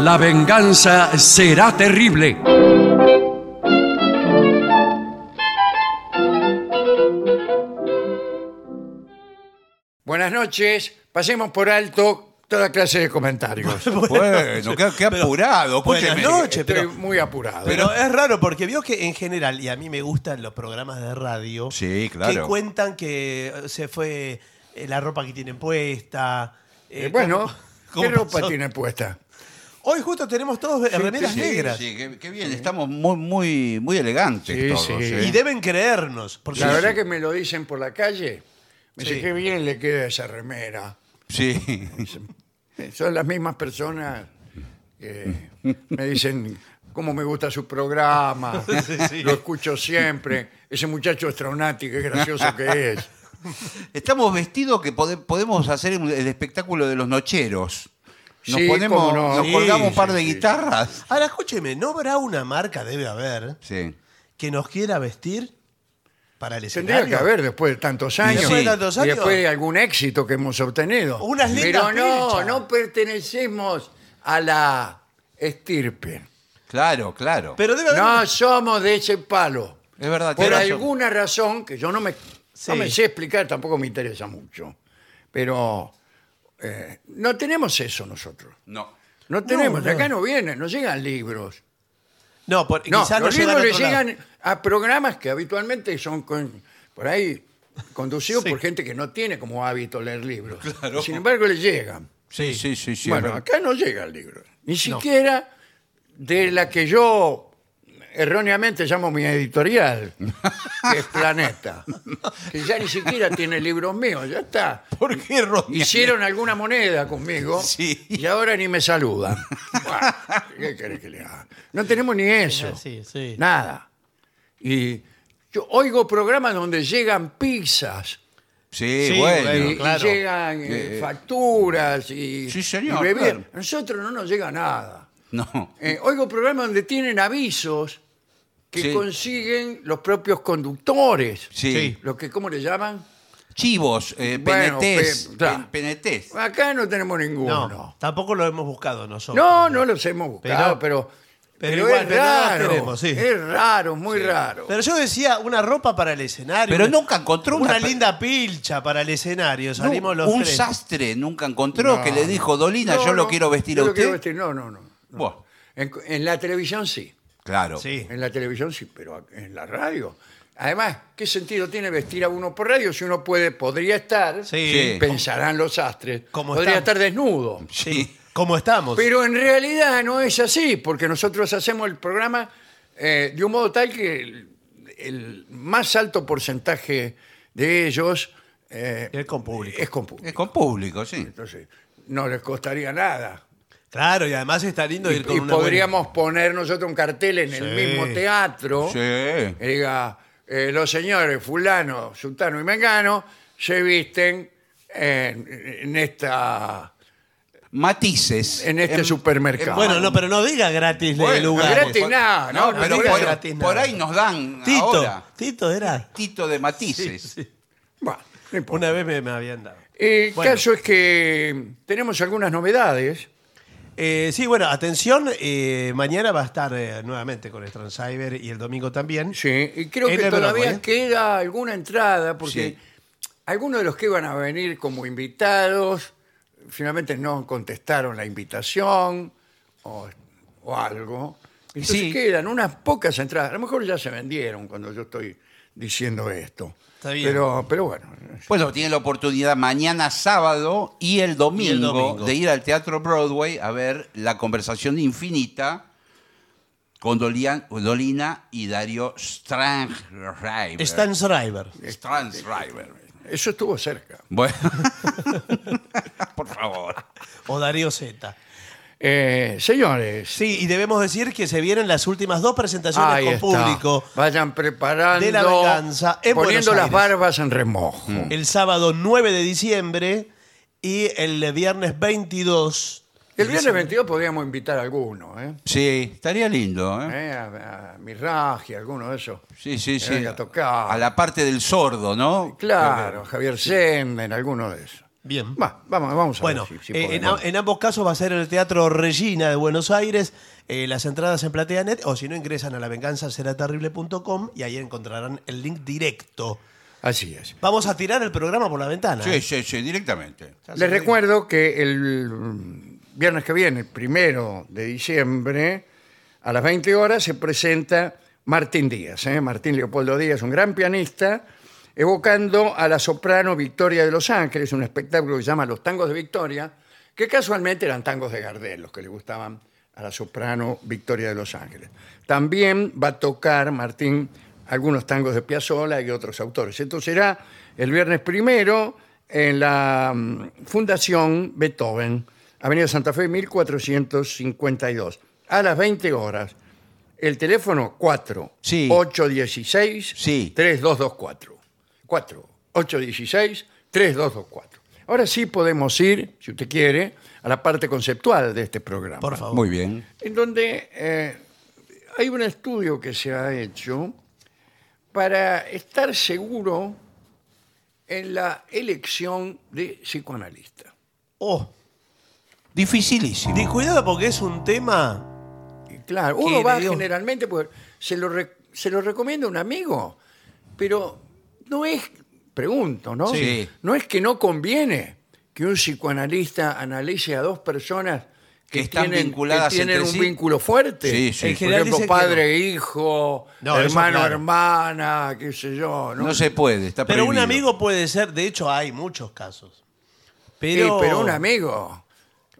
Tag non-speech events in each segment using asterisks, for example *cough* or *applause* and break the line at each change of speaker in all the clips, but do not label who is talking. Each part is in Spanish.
La venganza será terrible. Buenas noches. Pasemos por alto toda clase de
*laughs*
comentarios.
Bueno, qué, qué apurado.
Buenas
escúcheme.
noches,
Estoy
pero,
muy apurado.
pero eh, es raro porque vio que en general, y a mí me gustan los programas de radio,
Sí, claro.
que cuentan que eh, se fue eh, la ropa que tienen puesta. eh,
Eh, bueno,
cómo- cómo
¿qué ropa
pasó.
tiene puesta?
Hoy justo tenemos todos eh, remeras
Sí,
negras.
sí, qué, qué bien. Estamos muy, muy, muy elegantes
Sí,
todos.
sí.
¿eh?
Y deben creernos. Porque
La verdad que me lo dicen por la calle. Me
Sí.
dice, qué bien le queda esa remera.
Sí. *laughs*
Eh, Son las mismas personas
*laughs*
que me dicen cómo me gusta su programa, lo escucho siempre, ese muchacho astronauti, qué gracioso que es.
Estamos vestidos que pode- podemos hacer un- el espectáculo de los nocheros. Nos
Sí,
ponemos,
cómo no.
nos
Sí,
colgamos un par
sí,
de
sí.
guitarras.
Ahora escúcheme, ¿no habrá una marca, debe haber,
Sí.
que nos quiera vestir para el escenario?
Tendría que haber después de tantos años.
después de
tantos
y
años.
después de algún éxito que hemos obtenido.
Unas lindas
Pero no,
pilchas.
no pertenecemos a la estirpe.
Claro, claro.
Pero debe haber.
No somos de ese palo.
es verdad.
Por
tiene razón.
alguna razón que yo no me,
Sí.
no me sé explicar, tampoco me interesa mucho. Pero eh, no tenemos eso nosotros.
No.
No tenemos,
no.
de acá no vienen, no llegan libros.
No, por-
No,
quizá no
los
llegan a
libros le
otro lado. *laughs*
llegan a programas que habitualmente son con- por ahí conducidos por gente que no tiene como hábito leer libros. Sin embargo, le llegan.
Sí, sí, sí. sí, es
bueno,
verdad.
acá no llega el libro. Ni siquiera de la que yo erróneamente llamo mi editorial, que es Planeta. Que ya ni siquiera tiene libros míos, ya está.
¿Por qué Rodney?
Hicieron alguna moneda
*laughs*
conmigo
Sí.
y ahora ni me saludan. Bueno, ¿Qué querés que le haga? No tenemos ni eso.
así, sí.
Nada. Y yo oigo programas donde llegan pizzas.
Sí,
Sí,
bueno.
Y,
bueno.
y
claro.
llegan eh,
Eh,
facturas y,
Sí, señor,
y bebidas.
claro.
A Nosotros no nos llega nada.
No.
Eh, oigo programas donde tienen avisos que
Sí.
consiguen los propios conductores.
Sí.
Sí.
Los que, ¿cómo le llaman?
Chivos, eh,
Bueno,
penetés.
pe- claro.
pen- penetés.
Acá no tenemos ninguno.
No,
No,
tampoco lo hemos buscado nosotros.
no, los hemos buscado, pero,
pero
pero,
igual,
es
pero no los
raro.
tenemos, sí.
Es raro, muy raro.
Pero yo decía una ropa para el escenario.
Pero
una-
nunca encontró
una,
una-
linda pilcha para el escenario.
No,
Salimos los
un
tres.
sastre nunca encontró
No,
que le dijo, Dolina,
No,
yo lo
no,
quiero vestir
yo
a
lo
usted.
quiero vestir- No, no, no. no.
Bueno.
En, en la televisión sí.
Claro.
Sí.
En la televisión sí, pero en la radio. Además, ¿qué sentido tiene vestir a uno por radio si uno puede, podría estar,
Sí.
pensarán los astres,
Como
podría
estamos.
estar desnudo?
Sí.
¿Cómo estamos?
Pero en realidad no es así, porque nosotros hacemos el programa eh, de un modo tal que el, el más alto porcentaje de ellos eh,
Es con público.
es con público.
Es con público, sí.
Entonces, no les costaría nada.
Claro, y además está lindo ir con
y
una
podríamos poner nosotros un cartel en el
Sí.
mismo teatro
Sí.
que diga eh, los señores fulano, sultano y mengano se visten en, en esta
Matices.
en este supermercado.
buena- Em, Bueno, no, pero no diga gratis de
Bueno,
lugar.
gratis nada, no, no
pero
diga
por,
gratis nada.
por ahí nos dan
Tito,
ahora
Tito era.
Tito de matices.
Bueno, no importa.
Una vez me, me habían dado.
El
Bueno.
caso es que tenemos algunas novedades.
Eh, sí, bueno, atención, eh, mañana va a estar eh, nuevamente con el Cyber y el domingo también.
Sí, y creo
En
que
el verano,
todavía
¿eh?
queda alguna entrada, porque
Sí.
algunos de los que iban a venir como invitados finalmente no contestaron la invitación o, o algo. Entonces
Sí.
quedan unas pocas entradas. A lo mejor ya se vendieron cuando yo estoy diciendo esto.
Está bien.
Pero, pero bueno,
Bueno, tiene la oportunidad mañana sábado y el, domingo
Y el domingo.
de ir al Teatro Broadway a ver La Conversación Infinita con Dolian- Dolina y Dario Strangriver.
Stan Schreiber.
Strangriver.
eso estuvo cerca.
Bueno. *laughs* Por favor.
o Darío Z.
Eh, señores,
Sí, y debemos decir que se vienen las últimas dos presentaciones
ahí
con
está.
público.
Vayan preparando,
De la venganza en
poniendo
Buenos
las
Aires. Mm.
barbas en remojo.
El sábado 9 de diciembre y el viernes 22.
El viernes 22 podríamos invitar a alguno, ¿eh?
Sí, estaría lindo,
Ah.
¿eh?
¿Eh? A, a Mirraji, alguno de esos.
Sí, sí, sí.
venga a tocar.
A la parte del sordo, ¿no?
Claro, Javier Senden, alguno de esos.
Bien.
Va, vamos, vamos a
Bueno,
ver. si- si
eh, en,
podemos.
a- en ambos casos va a ser en el Teatro Regina de Buenos Aires. eh, las entradas en PlateaNet o si no ingresan a lavenganzaseraterrible.com y ahí encontrarán el link directo.
Así es.
Vamos a tirar el programa por la ventana.
Sí,
¿eh?
sí, sí, directamente.
Ya se
Les
lo digo.
recuerdo que el mm, viernes que viene, el primero de diciembre, a las 20 horas, se presenta Martín Díaz. ¿eh? Martín Leopoldo Díaz, un gran pianista, evocando a la soprano Victoria de Los Ángeles, un espectáculo que se llama Los Tangos de Victoria, que casualmente eran tangos de Gardel, los que le gustaban a la soprano Victoria de Los Ángeles. También va a tocar Martín algunos tangos de Piazzolla y otros autores. Esto será el viernes primero en la mm, Fundación Beethoven, Avenida Santa Fe, 1452, a las 20 horas. El teléfono 4
Sí.
816
Sí.
3224. 4 816 3224. Ahora sí podemos ir, si usted quiere, a la parte conceptual de este programa
Por favor.
Muy bien.
en donde eh, hay un estudio que se ha hecho para estar seguro en la elección de psicoanalista.
Oh,
Dificilísimo.
di- cuidado porque es un tema.
Y claro,
Qué
uno va
nervioso.
generalmente, porque se lo, re- se lo recomienda un amigo, pero no es, pregunto, ¿no?
Sí.
No es que no conviene que un psicoanalista analice a dos personas que,
Que están
tienen,
vinculadas
que tienen
entre
un
sí.
vínculo fuerte.
Sí, sí.
En
Por
general
ejemplo,
dicen que
padre, e hijo,
No, eso
hermano,
claro.
hermana, qué sé yo. No, Eh,
No se puede, está
Pero un
prohibido.
amigo puede ser, de hecho hay muchos casos.
Sí,
Pero,
pero, un amigo.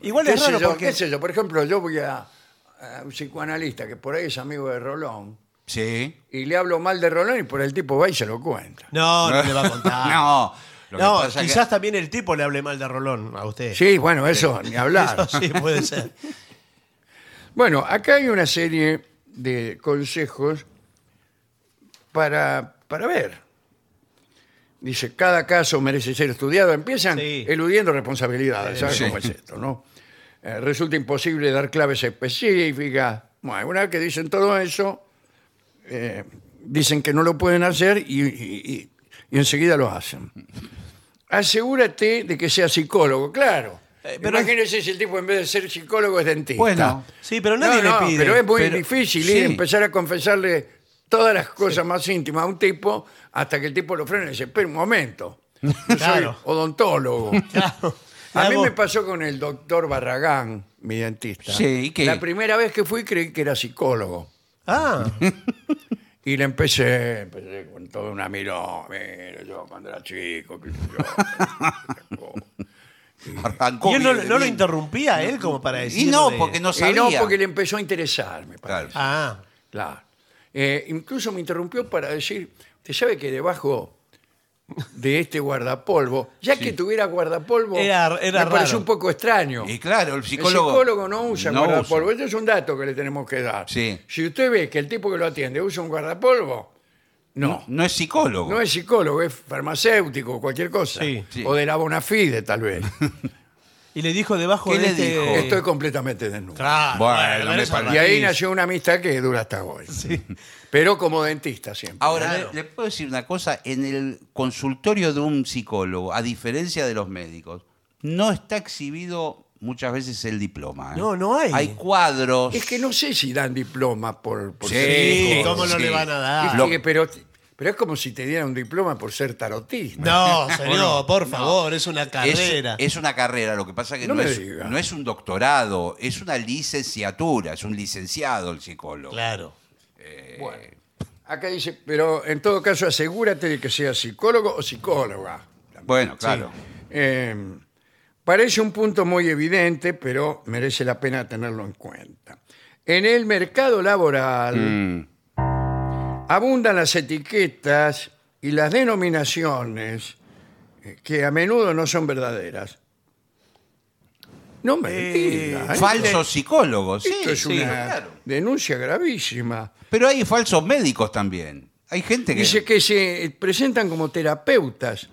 Igual
¿Qué
es
sé
raro
yo?
porque
¿Qué sé yo? Por ejemplo, yo voy a, a un psicoanalista que por ahí es amigo de Rolón
Sí.
y le hablo mal de Rolón y por el tipo va y se lo cuenta.
No, no le va a contar.
*laughs* no. lo que
No,
pasa es que-
quizás también el tipo le hable mal de Rolón a usted.
Sí, bueno, eso, ni hablar.
*laughs* Eso sí, puede ser.
Bueno, acá hay una serie de consejos para, para ver. Dice, cada caso merece ser estudiado. Empiezan
Sí.
eludiendo responsabilidades. ¿Sabes
Sí.
cómo es esto, no? Eh, resulta imposible dar claves específicas. Bueno, una vez que dicen todo eso, eh, dicen que no lo pueden hacer y- y- y- y enseguida lo hacen asegúrate de que sea psicólogo, claro.
Eh, pero-
Imagínese si el tipo en vez de ser psicólogo es dentista.
Bueno,
Sí, pero nadie
No, no,
le pide.
Pero es muy
pero-
difícil
sí.
ir, empezar a confesarle todas las cosas más íntimas a un tipo hasta que el tipo lo frena y dice, espera un momento, yo
Claro.
soy odontólogo.
Claro.
A mí
Hago-
me pasó con el doctor Barragán, mi dentista.
Sí, ¿y qué?
La primera vez que fui creí que era psicólogo.
Ah,
Y le empecé, empecé con toda una miró, mira, yo cuando era chico, qué sé yo.
arrancó
y él no,
bien,
no lo
bien.
interrumpía a él como para
Y
decir.
no, porque no
Y no,
sabía.
porque le empezó a interesar, me parece. Claro.
Ah,
Eh, incluso me interrumpió para decir, ¿te sabe que debajo de este guardapolvo, ya que tuviera guardapolvo,
Era- era
me pareció
raro.
un poco extraño.
Y claro, el
El
psicólogo...
psicólogo no usa guardapolvo. Este es un dato que le tenemos que dar.
Sí.
Si usted ve que el tipo que lo atiende usa un guardapolvo,
No, no es psicólogo.
No es psicólogo, es farmacéutico, cualquier cosa.
Sí,
sí.
O de la Bonafide, tal vez.
y le dijo debajo
¿Qué
de
le
este-
dijo?
*laughs* Estoy completamente desnudo.
Claro,
Bueno,
pero
me
eso
parece-
es
Y ahí
rarísimo.
nació una amistad que dura hasta hoy. Pero como dentista siempre.
Ahora,
Claro.
le, le puedo decir una cosa, en el consultorio de un psicólogo, a diferencia de los médicos, no está exhibido muchas veces el diploma. ¿eh?
No, no hay.
Hay cuadros.
Es que no sé si dan diploma por, por
Sí,
Sí,
ser psicólogo.
¿cómo no
sí.
le van a
Es
dar?
que- pero, pero es como si te dieran un diploma por ser tarotista.
No, señor, por favor, es una
Es,
carrera.
es una carrera, lo que pasa que
No
no,
me
es,
diga.
no es un doctorado, es una licenciatura, es un licenciado el psicólogo.
Claro.
Bueno, acá dice, pero en todo caso asegúrate de que sea psicólogo o psicóloga.
Bueno, claro.
Eh, parece un punto muy evidente, pero merece la pena tenerlo en cuenta. En el mercado laboral
Mm,
abundan las etiquetas y las denominaciones eh, que a menudo no son verdaderas. No me
Eh,
diga, ¿eh?
falsos psicólogos, sí,
Esto es
sí,
una
claro.
denuncia gravísima.
Pero hay falsos médicos también. Hay gente que...
Dice que se presentan como terapeutas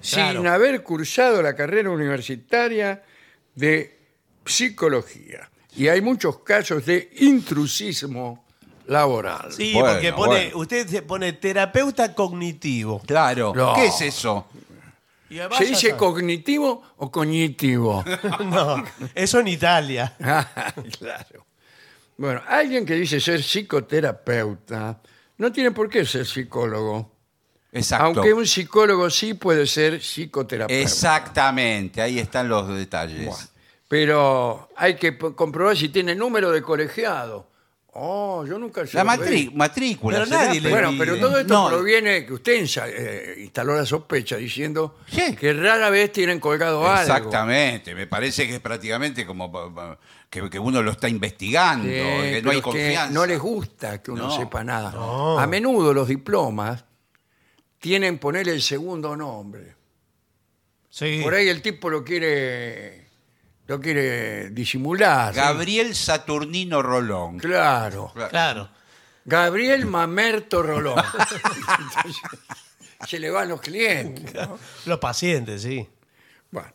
sin
Claro.
haber cursado la carrera universitaria de psicología. Y hay muchos casos de intrusismo laboral.
Sí,
Bueno,
porque pone,
bueno.
usted se pone terapeuta cognitivo.
Claro,
No.
¿qué es eso?
Y además
¿Se
ya *laughs*
dice
sabe.
cognitivo o cognitivo? *laughs*
no, eso en Italia.
Ah, claro. Bueno, alguien que dice ser psicoterapeuta no tiene por qué ser psicólogo.
Exacto.
Aunque un psicólogo sí puede ser psicoterapeuta.
Exactamente, ahí están los detalles.
Pero hay que po- comprobar si tiene número de colegiado. Oh, yo nunca se
La
lo
matrí-
vi.
matrícula.
Pero
será
nadie le-
Bueno, pero todo esto
No,
proviene que usted insa- eh, instaló la sospecha diciendo
Sí.
que rara vez tienen colgado algo.
Exactamente, me parece que es prácticamente como pa- pa- que, que uno lo está investigando,
Sí,
que no
Eh, pero
hay
es que
confianza.
No les gusta que uno
No.
sepa nada.
No.
A menudo los diplomas tienen poner el segundo nombre.
Sí.
Por ahí el tipo lo quiere lo quiere disimular.
Gabriel Saturnino Rolón.
Claro.
Claro.
Gabriel Mamerto Rolón. *laughs* Entonces, se le van los clientes. ¿no?
Los pacientes, sí.
Bueno.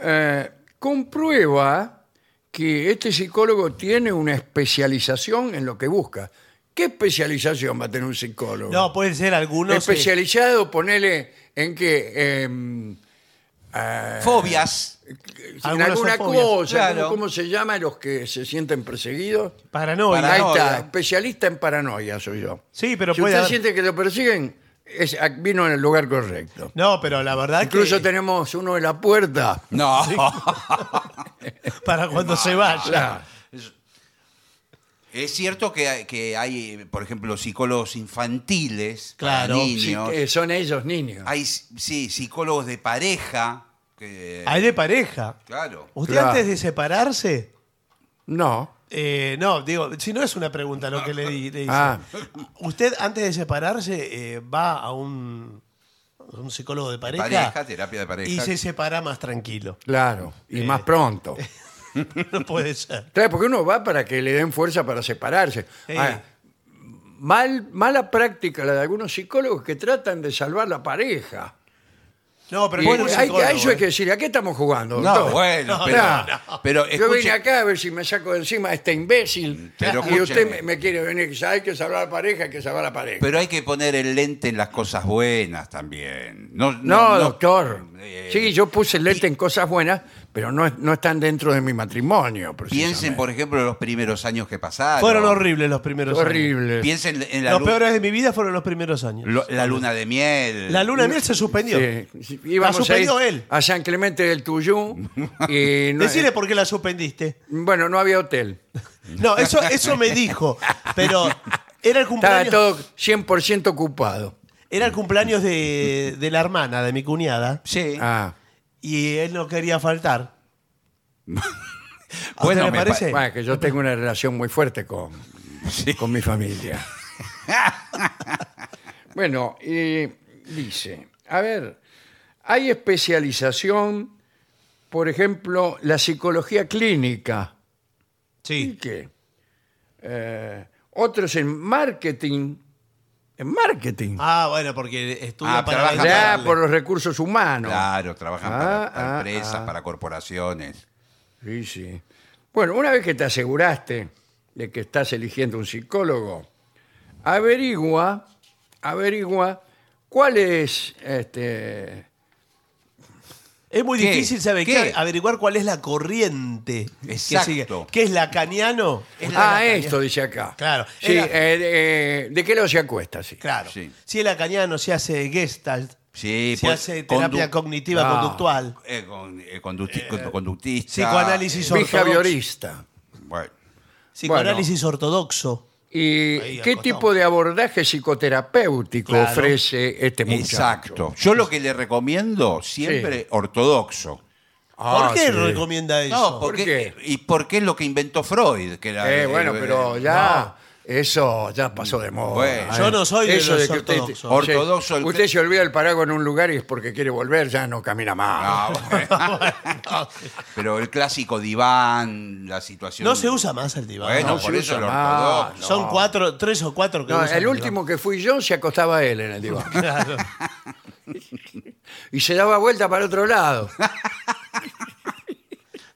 Eh, comprueba que este psicólogo tiene una especialización en lo que busca. ¿Qué especialización va a tener un psicólogo?
No, pueden ser algunos. sí.
especializado, ponele en que em,
Fobias.
Eh,
en
Algunas
alguna
son fobias,
cosa,
claro.
¿cómo, cómo se llama los que se sienten perseguidos?
Paranoia.
Para- Paranoia.
Ahí está, especialista en paranoia soy yo.
Sí, pero
si
puede
usted
haber-
siente que lo persiguen, es, vino en el lugar correcto.
No, pero la verdad
Incluso
que
tenemos uno en la puerta.
No.
para cuando se vaya.
Claro.
*laughs* Es cierto que, hay- que hay, por ejemplo, psicólogos infantiles, para
Claro. eh.
Sí,
niños.
que son ellos niños.
Hay, sí, psicólogos de pareja. que-
Hay de pareja.
claro.
Usted
Claro.
antes de separarse,
No.
eh, no, digo, si no es una pregunta lo que le, di- le hice.
Ah.
Usted antes de separarse eh, va a un, un psicólogo de pareja,
Pareja, terapia de pareja.
y se separa más tranquilo. *laughs*
Claro, y más
Eh. *laughs*
pronto.
No puede ser.
Claro, porque uno va para que le den fuerza para separarse.
Sí.
Ah, mal, mala práctica la de algunos psicólogos que tratan de salvar la pareja.
No, pero
Y
ningún
hay que- a
psicólogo,
eso hay
eh.
que decir, ¿a qué estamos jugando?
No,
doctor?
bueno, pero,
no,
pero
Yo vine
escuche-
acá a ver si me saco de encima a este imbécil.
Pero
y usted
escúcheme.
me, me quiere venir, que hay que salvar a la pareja, hay que salvar a la pareja.
pero hay que poner el lente en las cosas buenas también. No,
no,
no- no-
doctor.
Eh,
sí, yo puse el lente en cosas buenas, pero no, es- no están dentro de mi matrimonio.
Piensen,
precisamente.
por ejemplo, en los primeros años que pasaron.
Fueron horribles los primeros años.
Horrible.
Piensen en la,
Los
lu-
peores de mi vida fueron los primeros años.
lo- la luna de miel.
La luna de miel se suspendió.
Sí,
La
íbamos a ir
suspendió él.
a San Clemente del
*laughs*
Tuyú y no- eh.
Decirle por qué la suspendiste.
bueno, no había hotel.
No, eso, eso me dijo. Pero era el
Estaba
cumpleaños,
todo 100% ocupado.
era el cumpleaños de, de la hermana, de mi cuñada,
Sí.
Ah,
y él no quería faltar. ¿A usted
Bueno,
le
me
parece?
bueno, que yo tengo una relación muy fuerte con, con mi familia. *laughs* bueno, y dice, a ver, hay especialización, por ejemplo, la psicología clínica. ¿Y
Sí.
qué? Eh, otros en marketing. En marketing.
Ah, bueno, porque estudia
Ah,
para
trabaja
venderle.
Ya
darle.
por los recursos humanos.
Claro, trabajan
Ah,
para, para
ah,
empresas,
ah.
para corporaciones.
Sí, sí. Bueno, una vez que te aseguraste de que estás eligiendo un psicólogo, averigua, averigua cuál es este.
Es muy
¿Qué?
difícil saber
¿Qué?
qué- averiguar cuál es la corriente que
Exacto.
sigue. ¿Qué es la cañano? ¿Es la
ah,
lacaniana?
esto dice acá.
Claro,
Sí,
era-
eh, de, eh, ¿de qué lado se acuesta? Sí.
Claro.
Sí.
Si es la cañano, se hace gestalt,
Sí,
se
por-
hace terapia
condu-
cognitiva
Pues, Ah.
conductual,
eh, con- eh, conducti- conductista. eh,
psicoanálisis ortodoxo.
Behaviorista.
Bueno,
Psicoanálisis ortodoxo.
¿Y
Ahí, al
qué
costado.
tipo de abordaje psicoterapéutico
Claro.
ofrece este muchacho?
exacto. Yo lo que le recomiendo siempre ortodoxo.
Ah,
¿Por qué
sí.
recomienda eso?
No,
¿por
porque,
qué?
y porque es lo que inventó Freud. Que era,
Eh,
eh,
bueno, pero
eh,
ya eso ya pasó de moda. Eh,
Bueno.
Yo no soy de
Eso
los
que usted-
ortodoxos.
Ortodoxo, el-
Usted, se olvida el parago en un lugar y es porque quiere volver, ya no camina más. *laughs*
Ah, bueno. pero el clásico diván, la situación.
No se usa más el diván.
Bueno,
No
por
se
eso
usa
el
más.
ortodoxo.
Son cuatro, tres o cuatro que
No,
usan
el
*laughs*
último que fui yo se acostaba él en el diván. y se daba vuelta para otro
*laughs*
lado.
diván.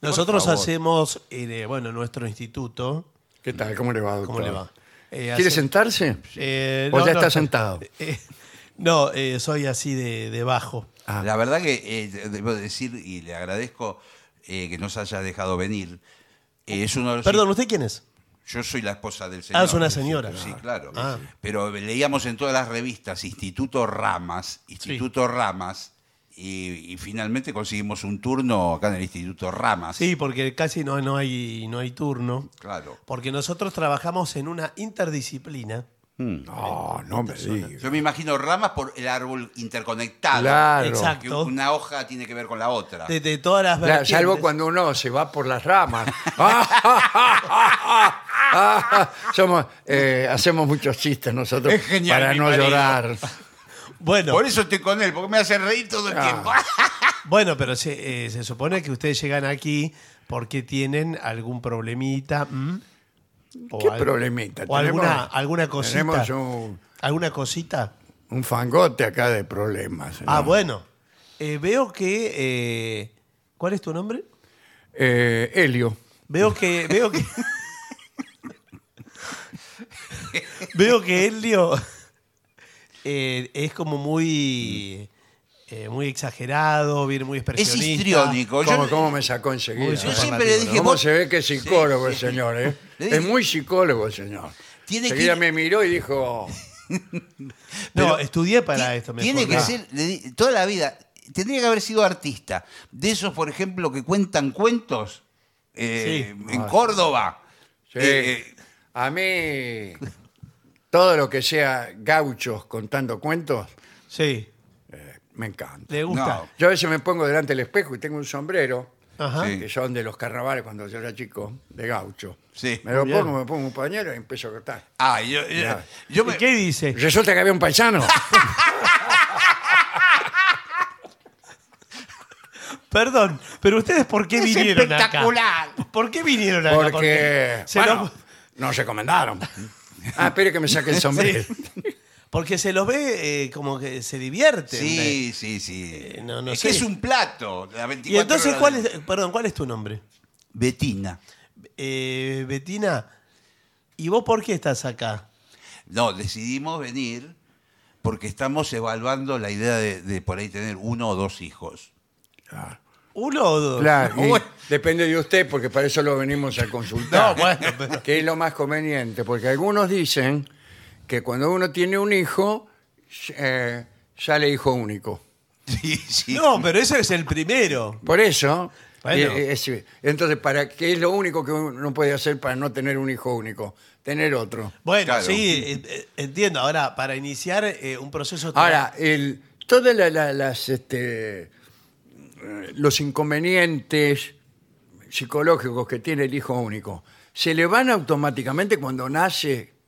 Nosotros
favor.
hacemos, eh, bueno, nuestro instituto.
¿Qué tal? ¿Cómo le va, doctor?
¿Cómo le va? Eh,
¿Quiere
hace-
sentarse?
Eh,
¿O
no,
ya
no,
está
espera.
sentado?
*laughs* Eh, No, eh, soy así de, de bajo.
Ah.
La verdad que eh, de- debo decir, y le agradezco eh, que nos haya dejado venir, eh, es uno de los...
Perdón, ¿usted quién es?
Yo soy la esposa del señor.
es una señora.
Sí, claro.
Ah.
Pero leíamos en todas las revistas Instituto Ramas, Instituto Ramas, y, y finalmente conseguimos un turno acá en el Instituto Ramas.
Sí, porque casi no, no, hay, no hay turno.
Claro.
Porque nosotros trabajamos en una interdisciplina.
No, no me digas.
Yo me imagino ramas por el árbol interconectado. Ah,
Claro.
Exacto.
Que una hoja tiene que ver con la otra.
De, de todas las
Ah. Claro,
vertientes.
salvo cuando uno se va por las ramas. *laughs* Ah, Somos, eh, hacemos muchos chistes nosotros
Es genial,
para
mi
no
marido.
llorar.
Bueno,
Por eso estoy con él, porque me hace reír todo el
Ah.
tiempo.
bueno, pero se, eh, se supone que ustedes llegan aquí porque tienen algún problemita. ¿m? O
¿Qué
al-
problemita? Tenemos-
O alguna, alguna cosita.
Tenemos un,
¿Alguna cosita?
un fangote acá de problemas.
Ah,
¿no?
bueno. Eh, veo que. eh, ¿Cuál es tu nombre?
Eh, Helio.
Veo que. Veo que. *laughs* veo que Helio eh, es como muy. eh, muy exagerado, viene muy
Es
expresionista.
histriónico. Yo, Pues
¿Cómo, cómo me sacó enseguida?
Muy
yo
¿Cómo
siempre le
superlativo,
dije, vos
se ve que es psicólogo
Sí, sí.
el señor? eh?
Le
Es
dije-
muy psicólogo el señor.
Tiene que
Enseguida
ir-
me miró y dijo,
No,
Pero
estudié para
ti-
esto. Ah. me
Tiene que
formé.
ser, le di- toda la vida, tendría que haber sido artista. De esos, por ejemplo, que cuentan cuentos eh, en Córdoba.
Ah, Sí.
Eh,
a mí, todo lo que sea gauchos contando cuentos,
Sí,
me encanta.
le gusta.
No.
Yo a veces me pongo delante del espejo y tengo un sombrero,
Ajá.
Sí.
que son de los carnavales cuando yo era chico, de gaucho.
Sí.
Me lo
Bien.
pongo, me pongo un pañuelo y empiezo a cortar.
ah, yo, yo-
Ya.
yo
¿Y
me-
qué dice?
Resulta que había un
*laughs*
paisano.
Perdón, pero ustedes por qué
Es
vinieron
espectacular.
acá? ¿Por qué vinieron acá?
Porque,
se
bueno,
los-
nos recomendaron. Ah, espere que me saque el
*laughs*
sombrero.
porque se los ve eh, como que se divierten.
Sí, sí, sí.
Eh, no- no
es
sé.
que es un plato. la 24
Y entonces,
horas
¿cuál
del-
es, perdón, ¿cuál es tu nombre?
Betina.
Eh, Betina, ¿y vos por qué estás acá?
No, decidimos venir porque estamos evaluando la idea de, de por ahí tener uno o dos
*laughs*
hijos.
Claro,
¿Uno o dos?
Claro, y
Bueno.
depende de usted, porque para eso lo venimos a consultar.
*laughs* No, bueno,
*laughs*
pero-
que es lo más conveniente, porque algunos dicen que cuando uno tiene un hijo, eh, sale hijo único.
Sí, sí.
No, pero eso es el primero.
Por eso,
Bueno.
eh, eh, sí. entonces, ¿para qué es lo único que uno puede hacer para no tener un hijo único? Tener otro.
Bueno,
Claro.
sí, eh, eh, entiendo. Ahora, para iniciar eh, un proceso...
Ahora, el, todas la- la- las, este, eh, los inconvenientes psicológicos que tiene el hijo único, ¿se le van automáticamente cuando nace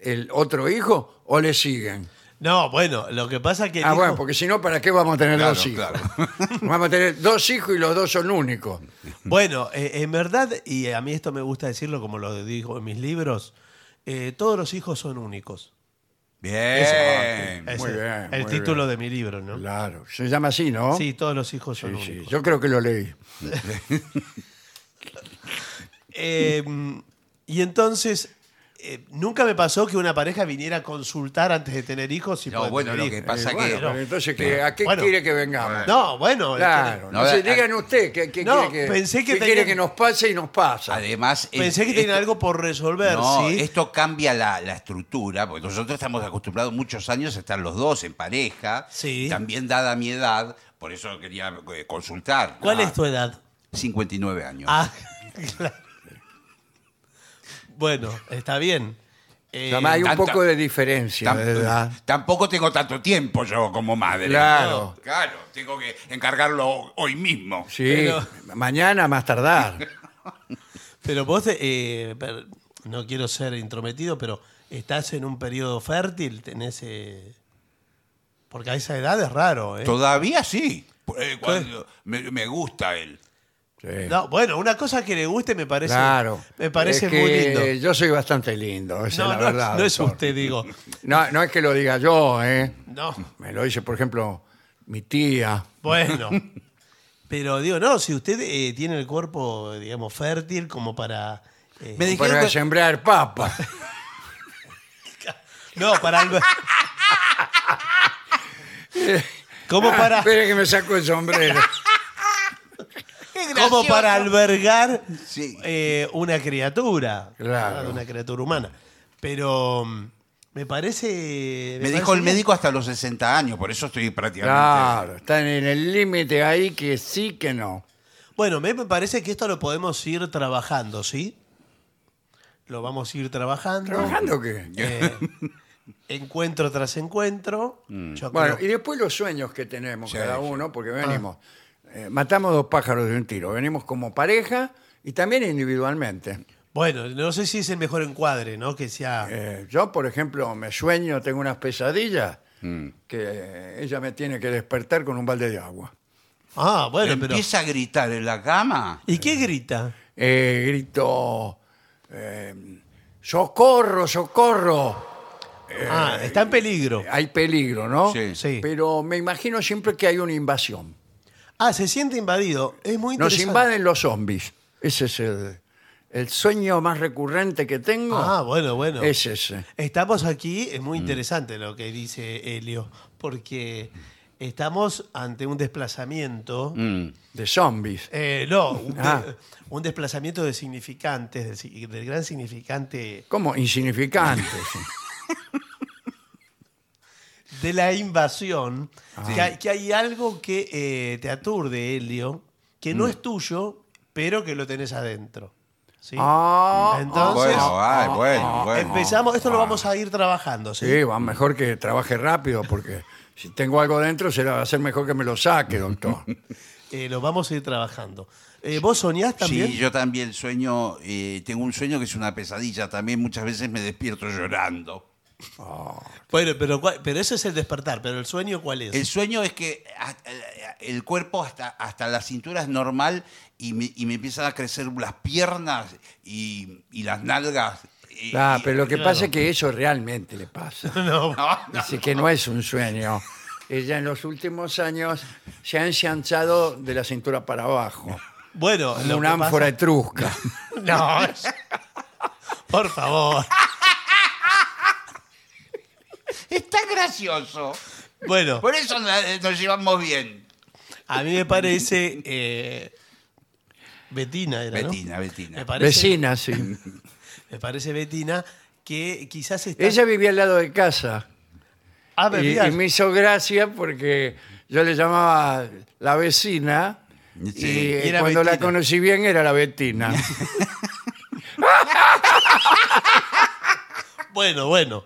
el otro hijo o le siguen?
No, bueno, lo que pasa que... el
Ah,
hijo-
bueno, porque si no, ¿para qué vamos a tener
Claro,
dos hijos?
claro.
*laughs* Vamos a tener dos hijos y los dos son únicos.
Bueno, eh, en verdad, y a mí esto me gusta decirlo como lo digo en mis libros, eh, todos los hijos son únicos.
Bien.
Muy
el-
bien,
El
muy
título de mi libro, ¿no?
Claro, se llama así, ¿no?
Sí, todos los hijos
Sí,
son
sí,
únicos.
yo creo que lo leí.
Eh, y entonces, eh, nunca me pasó que una pareja viniera a consultar antes de tener hijos. Si
No,
pueden
bueno,
tener
lo que
hijos.
pasa
Eh, bueno,
que-
pero entonces, ¿qué- ¿a qué
Bueno.
quiere que vengamos?
No, bueno.
Claro,
No,
no sé,
a-
digan usted qué, qué
No,
quiere, que,
pensé que
qué
tenían-
quiere que nos pase y nos pasa.
Además, es-
Pensé que tenía
esto-
algo por resolver,
No,
¿sí?
esto cambia la, la estructura, porque nosotros estamos acostumbrados muchos años a estar los dos en pareja,
Sí.
también dada mi edad, por eso quería eh, consultar.
¿Cuál
Ah,
es tu edad?
59 años.
Ah, *laughs* claro. Bueno, está bien. Eh,
Además, hay un
tanta-
poco de diferencia
Tam-
de edad.
Tampoco tengo tanto tiempo yo como madre.
Claro.
Claro, tengo que encargarlo hoy mismo.
Sí,
Pero-
mañana más
*laughs*
tardar.
Pero vos, eh, per- no quiero ser intrometido, pero estás en un periodo fértil, tenés... eh, porque a esa edad es raro, ¿eh?
Todavía sí. Eh, cuando- me, me gusta él.
Sí.
No, bueno, una cosa que le guste me parece,
claro.
me parece
Es que
muy lindo.
Yo soy bastante lindo, esa
No,
es
no,
la verdad.
no es
doctor.
usted, digo.
No, no es que lo diga yo, ¿eh?
No,
Me lo dice, por ejemplo, mi tía.
bueno. Pero digo, no, si usted eh, tiene el cuerpo, digamos, fértil como para... eh,
Me dijeron
Para
que-
sembrar papa. *laughs*
no, para alber- *laughs* Como
Ah, *laughs*
para,
Espere que me saco el sombrero.
como para albergar
Sí.
eh, una criatura.
Claro.
¿verdad? Una criatura humana. Pero mm, me parece.
Me
me
dijo el
parece
médico hasta los 60 años, por eso estoy prácticamente.
Claro, están en el límite ahí que sí que no.
Bueno, me me parece que esto lo podemos ir trabajando, ¿sí? Lo vamos a ir trabajando.
¿Trabajando qué?
Eh, encuentro tras encuentro. Yo
Mm. Bueno, y
creo-
después los sueños que tenemos
Sí, Ah.
cada
sí.
uno, porque venimos, eh, matamos dos pájaros de un tiro, venimos como pareja y también individualmente.
bueno, no sé si es el mejor encuadre, ¿no? Que sea.
Eh, yo, por ejemplo, me sueño, tengo unas pesadillas
Mm.
que ella me tiene que despertar con un balde de agua.
Ah, bueno, pero.
Empieza a gritar en la cama.
¿Y qué grita?
Eh, grito, eh, socorro, socorro, Eh,
ah, está en peligro.
hay peligro, ¿no?
Sí.
Sí.
Pero me imagino siempre que hay una invasión.
Ah, se siente invadido. Es muy
Nos
interesante.
invaden los zombies. Ese es el, el sueño más recurrente que tengo.
Ah, bueno, bueno.
Es ese.
Estamos aquí, es muy interesante lo que dice Helio, porque estamos ante un desplazamiento.
Mm.
De zombies.
Eh, no, un, de-
Ah.
un desplazamiento de significantes, del, si- del gran significante
¿Cómo?
*laughs*
Insignificante. sí.
de la invasión. Que, hay, que hay algo que eh, te aturde, Helio, que no es tuyo, pero que lo tenés adentro. ¿sí?
Ah,
Entonces, ah,
bueno, ay, bueno, bueno.
empezamos, esto lo vamos a ir trabajando. ¿sí?
Sí, va mejor que trabaje rápido porque si tengo algo dentro será va a ser mejor que me lo saque,
*laughs*
doctor.
Eh, lo vamos a ir trabajando. Eh, ¿Vos soñás también?
Sí, yo también sueño, eh, tengo un sueño que es una pesadilla también, muchas veces me despierto llorando.
Bueno, pero, ¿cuál- pero ese es el despertar, pero el sueño cuál es?
El sueño es que a- el cuerpo hasta, hasta la cintura es normal y me, y me empiezan a crecer las piernas y, y las nalgas. y-
Ah,
y-
pero lo que
claro.
pasa es que eso realmente le pasa.
*laughs* No,
Así que no es un sueño. Ella en los últimos años se ha ensanchado de la cintura para abajo.
bueno,
Como
lo
una
que pasa-
ánfora etrusca.
*laughs* No, es- *laughs* por favor.
Está gracioso.
Bueno,
Por eso na- nos llevamos bien.
a mí me parece. eh, Betina era. ¿no?
Betina, Betina.
Me parece,
Vecina, sí.
Me parece Betina que quizás está.
*laughs* Ella vivía al lado de casa.
Ah,
Y-
bebías.
y, me hizo gracia porque yo le llamaba la vecina y,
Sí,
eh,
y era
cuando la
Betina.
conocí bien era la Betina.
*laughs* Bueno, bueno.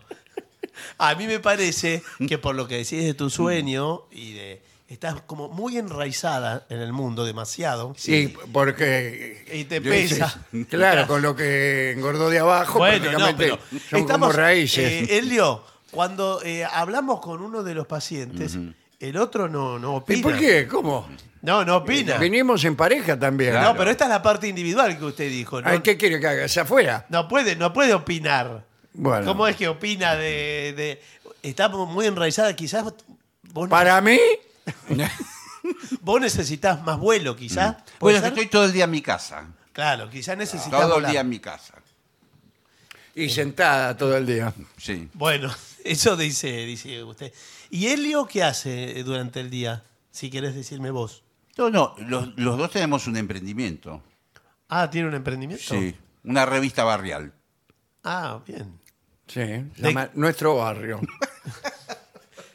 A mí me parece que por lo que decís de tu sueño y de. Estás como muy enraizada en el mundo, demasiado.
Sí, porque...
Y te
yo-
pesa.
*laughs* Claro, con lo que engordó de abajo
Bueno, no,
prácticamente son
pero
como raíces.
eh, Elio, cuando eh, hablamos con uno de los pacientes, el otro no, no opina.
¿Y por qué? Eh, ¿Cómo?
No, no opina.
Vinimos en pareja también.
No, pero esta es la parte individual que usted dijo. No,
Ay, ¿Qué quiere que haga? ¿Se afuera?
no puede, no puede opinar.
Bueno.
¿Cómo es que opina de, de- Está muy enraizada, quizás vos,
Para mí,
vos necesitas más vuelo, quizás.
Mm.
¿Puede
Bueno, yo
ser?
estoy todo el día en mi casa.
Claro, quizás necesitas
Todo el
volar.
día en mi casa.
y sentada todo el día.
Sí.
Bueno, *laughs* eso dice, dice usted. ¿Y Elio qué hace eh, durante el día? Si querés decirme vos.
No, no, los, los dos tenemos un emprendimiento.
Ah, ¿tiene un emprendimiento?
Sí. Una revista barrial.
Ah, bien.
Sí, llama nuestro barrio.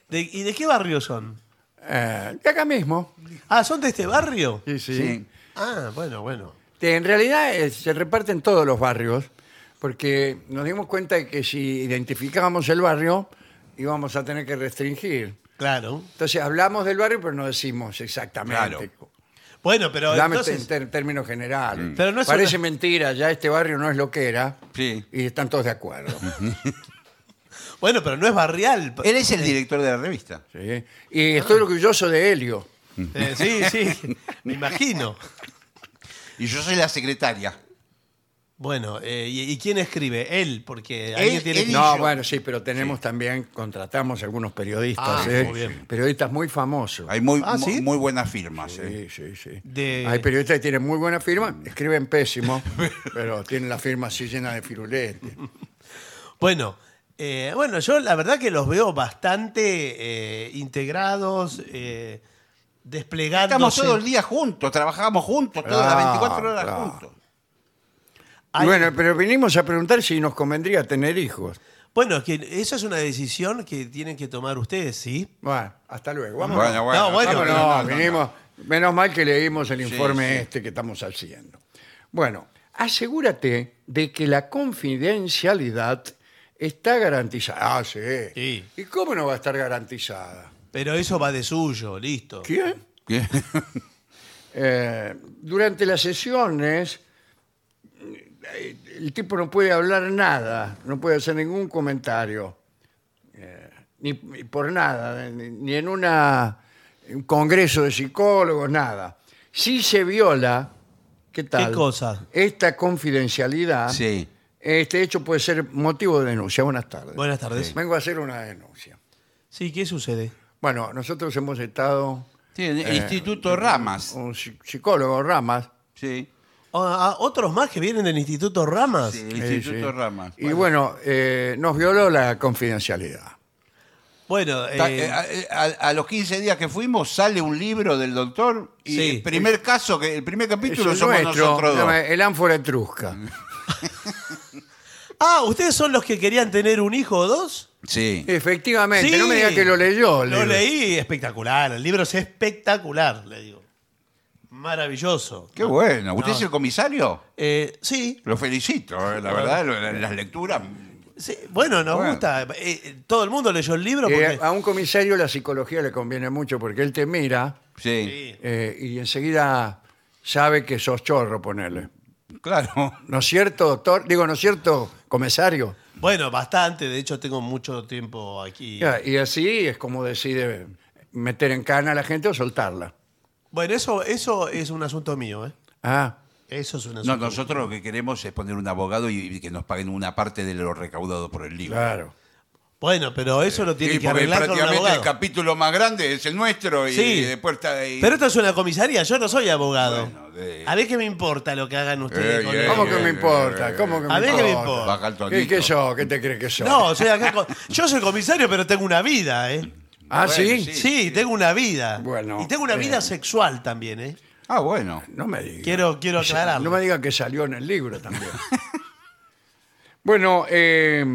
De- ¿Y de qué barrio son?
Eh, de acá mismo.
Ah, ¿son de este barrio?
Sí, sí.
Sí.
Ah, bueno, bueno.
Que En realidad eh, se reparten todos los barrios, porque nos dimos cuenta de que si identificábamos el barrio, íbamos a tener que restringir.
Claro.
Entonces hablamos del barrio, pero no decimos exactamente.
Bueno, pero
Hablamos en
entonces...
ter- términos generales.
Pero no es
Parece
una-
mentira, ya este barrio no es lo que era.
Sí.
Y están todos de acuerdo.
Bueno, pero no es barrial.
*laughs* Él es el director de la revista.
¿sí? Y estoy orgulloso de Helio.
Eh, sí, sí, me imagino.
Y yo soy la secretaria.
Bueno, eh, ¿y, y quién escribe? Él, porque alguien tiene
él
que-
y
No,
yo.
bueno, sí, pero tenemos también, contratamos algunos periodistas,
Ah,
¿eh?
muy bien.
periodistas muy famosos.
Hay muy,
Ah,
mu-
¿sí?
muy buenas firmas. eh.
Sí, sí, sí.
De-
Hay periodistas que tienen muy buena firma,
*laughs*
escriben pésimo, pero tienen la firma así llena de firulete.
Bueno, Eh, bueno, yo la verdad que los veo bastante eh, integrados, eh, desplegándose.
Estamos todo el día juntos, trabajamos juntos, todas las
Claro,
24 horas
claro.
juntos.
Hay-
Bueno, pero vinimos a preguntar si nos convendría tener hijos.
Bueno, es que eso es una decisión que tienen que tomar ustedes, ¿sí?
Bueno, hasta luego. Vamos.
Bueno, bueno.
No, bueno,
Vámonos,
no,
no, no,
vinimos. Menos mal que leímos el
Sí,
informe
sí.
este que estamos haciendo. Bueno, asegúrate de que la confidencialidad está garantizada. Ah, sí.
Sí.
¿Y cómo no va a estar garantizada?
Pero eso va de suyo, listo.
¿Quién?
¿Qué?
Eh, durante las sesiones, eh, el tipo no puede hablar nada, no puede hacer ningún comentario, eh, ni, ni por nada, ni, ni en una- un congreso de psicólogos, nada. Si se viola, ¿qué tal?
¿Qué cosa?
Esta confidencialidad,
Ah.
Sí.
este hecho puede ser motivo de denuncia. Buenas tardes.
Buenas tardes.
Vengo a hacer una denuncia.
Sí, ¿qué sucede?
Bueno, nosotros hemos estado,
Sí, el
Eh.
Instituto Ramas.
un psi- psicólogo, Ramas,
Sí.
Ah, ah, ¿Otros más que vienen del Instituto Ramas?
Sí, el
Sí,
Instituto
sí.
Ramas.
Y bueno, eh, nos violó la confidencialidad.
Bueno,
Ta-
eh,
eh, a, a- a los 15 días que fuimos sale un libro del doctor y
Sí.
el primer caso, que el primer capítulo
Es el
somos
nuestro,
nosotros dos.
llama el ánfora
*laughs*
etrusca.
ah, ¿ustedes son los que querían tener un hijo o dos?
Sí.
Efectivamente, no me diga que lo leyó.
Lo
Leo.
leí, espectacular. El libro es espectacular, le digo. Maravilloso.
Qué bueno. ¿Usted
No.
es el comisario?
Eh, sí,
Lo felicito, eh, la verdad, lo- la- las lecturas.
sí, bueno, nos
Bueno. ah.
gusta. Eh, eh, todo el mundo leyó el libro porque...
Eh, a un comisario la psicología le conviene mucho porque él te mira
Sí,
Sí.
eh, y enseguida sabe que sos chorro, ponerle.
claro.
¿No es cierto, doctor? Digo, ¿no es cierto, comisario?
Bueno, bastante. De hecho, tengo mucho tiempo aquí.
Ya, Ah, Y así es como decide meter en cana a la gente o soltarla.
Bueno, eso, eso es un asunto mío, ¿eh?
Ah,
Eso es un asunto
No, nosotros lo que queremos es poner un abogado y, y que nos paguen una parte de lo recaudado por el libro.
claro.
Bueno, pero eso lo tiene
Eh, Sí,
que
porque
arreglar con un
prácticamente el
abogado.
capítulo más grande es el nuestro y,
Sí.
y después está ahí.
Pero esto es una comisaría, yo no soy abogado.
Bueno, de-
A ver qué me importa lo que hagan ustedes
Eh,
con
eh,
el-
¿Cómo
eh,
que me
eh,
importa?
eh,
¿Cómo que me
A ver qué me importa.
importa?
Baja el tonito.
¿Qué, qué yo? ¿Qué te crees que soy?
No, soy acá con- yo soy comisario, pero tengo una vida, ¿eh?
Ah, sí.
Bueno,
Sí,
Sí,
tengo una vida.
Bueno, eh.
y tengo una vida
bien.
sexual también, ¿eh?
Ah, bueno.
No me digas.
Quiero, quiero aclararlo.
No me diga que salió en el libro también. *laughs* bueno, eh,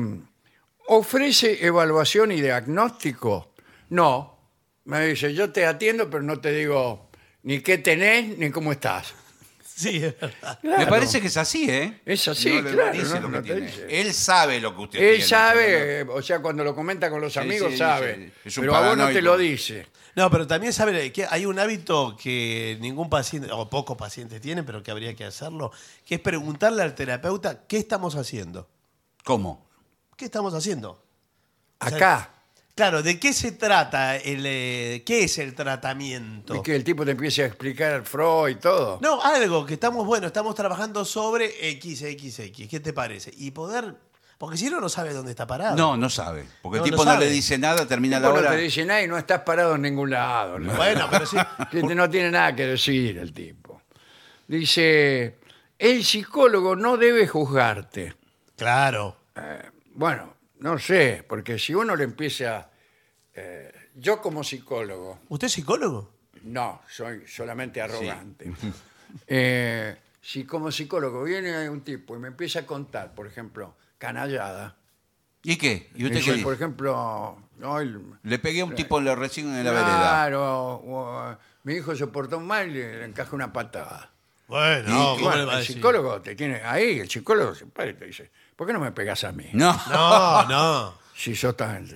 ¿ofrece evaluación y diagnóstico? No. Me dice, yo te atiendo, pero no te digo ni qué tenés ni cómo estás.
Sí, es verdad.
Claro.
Me parece que es así, ¿eh?
Es así,
le
claro,
dice
no,
lo
no
que
te
tiene.
dice.
Él sabe lo que usted
Él
tiene, pero
sabe, eh, o sea, cuando lo comenta con los amigos,
sí,
sabe.
sí, es un
pero a vos no te
paranoico.
lo dice.
No, pero también sabe que hay un hábito que ningún paciente, o pocos pacientes tienen, pero que habría que hacerlo, que es preguntarle al terapeuta qué estamos haciendo.
no- ¿Cómo?
¿Qué estamos haciendo? sea,
Acá.
Claro, ¿de qué se trata? El, eh, ¿Qué es el tratamiento?
Y que el tipo te empiece a explicar Freud y todo.
No, algo que estamos, bueno, estamos trabajando sobre XXX. ¿Qué te parece? Y poder. Porque si no, no sabe dónde está parado.
No, no sabe. Porque
No,
el
no
tipo no,
sabe.
le dice nada, termina
El
la
tipo no
hora.
te dice nada y no estás parado en ningún lado. ¿no?
Bueno, pero sí.
*laughs* Que no tiene nada que decir el tipo. Dice, el psicólogo no debe juzgarte.
Claro.
Bueno, no sé, porque si uno le empieza, eh, yo como psicólogo,
¿Usted es psicólogo?
no, soy solamente arrogante. Eh, si como psicólogo viene un tipo y me empieza a contar, por ejemplo, canallada,
¿Y qué? ¿Y
y
usted qué
dice,
dice?
por ejemplo, no, el-
Le pegué a un tipo lo recién en la vereda.
claro, o, eh, mi hijo se portó mal y le encaja una patada.
Bueno,
no,
Y bueno, el psicólogo te tiene ahí, el psicólogo se para y te dice, ¿por qué no me pegas a mí?
No.
No, no.
Si sos tan,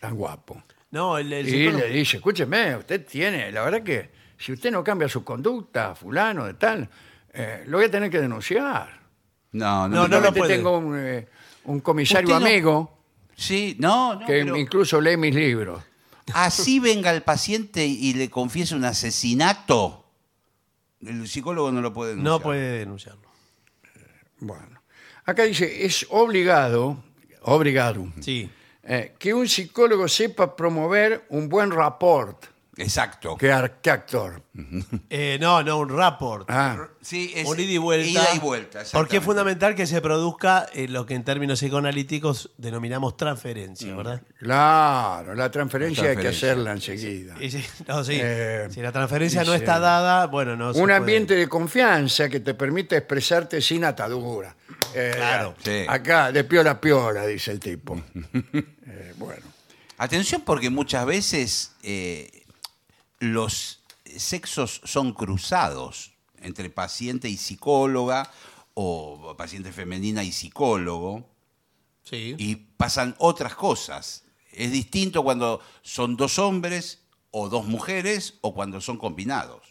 tan guapo.
No, el, el
Y
psicólogo.
le dice, escúcheme, usted tiene, la verdad que si usted no cambia su conducta, fulano, de tal, eh, lo voy a tener que denunciar.
No, no,
No,
me parece.
no lo
Realmente
puede.
tengo un, eh, un comisario
Usted no-
amigo
Sí, no, no.
que
pero
incluso lee mis libros.
Así venga el paciente y le confiese un asesinato. El psicólogo no lo puede denunciar.
No puede denunciarlo.
Bueno, acá dice, es obligado, obligado,
Sí.
eh, que un psicólogo sepa promover un buen rapport
Exacto.
que, ar- que actor.
Eh, no, no, un rapport.
Ah,
Sí, es
un ida y vuelta.
Ida y vuelta,
Porque es
exactamente.
fundamental que se produzca eh, lo que en términos psicoanalíticos denominamos transferencia, ¿verdad?
claro, la transferencia,
La
hay que
transferencia.
hacerla enseguida.
Y si, no, sí, *laughs*
Eh,
si la transferencia no
dice,
está dada, bueno, no. se
Un
puede.
ambiente de confianza que te permite expresarte sin atadura. Eh,
Claro.
Sí.
Acá, de piola a piola, dice el tipo. *laughs* Eh, bueno.
Atención porque muchas veces eh, los sexos son cruzados entre paciente y psicóloga o paciente femenina y psicólogo
Sí.
y pasan otras cosas. Es distinto cuando son dos hombres o dos mujeres o cuando son combinados.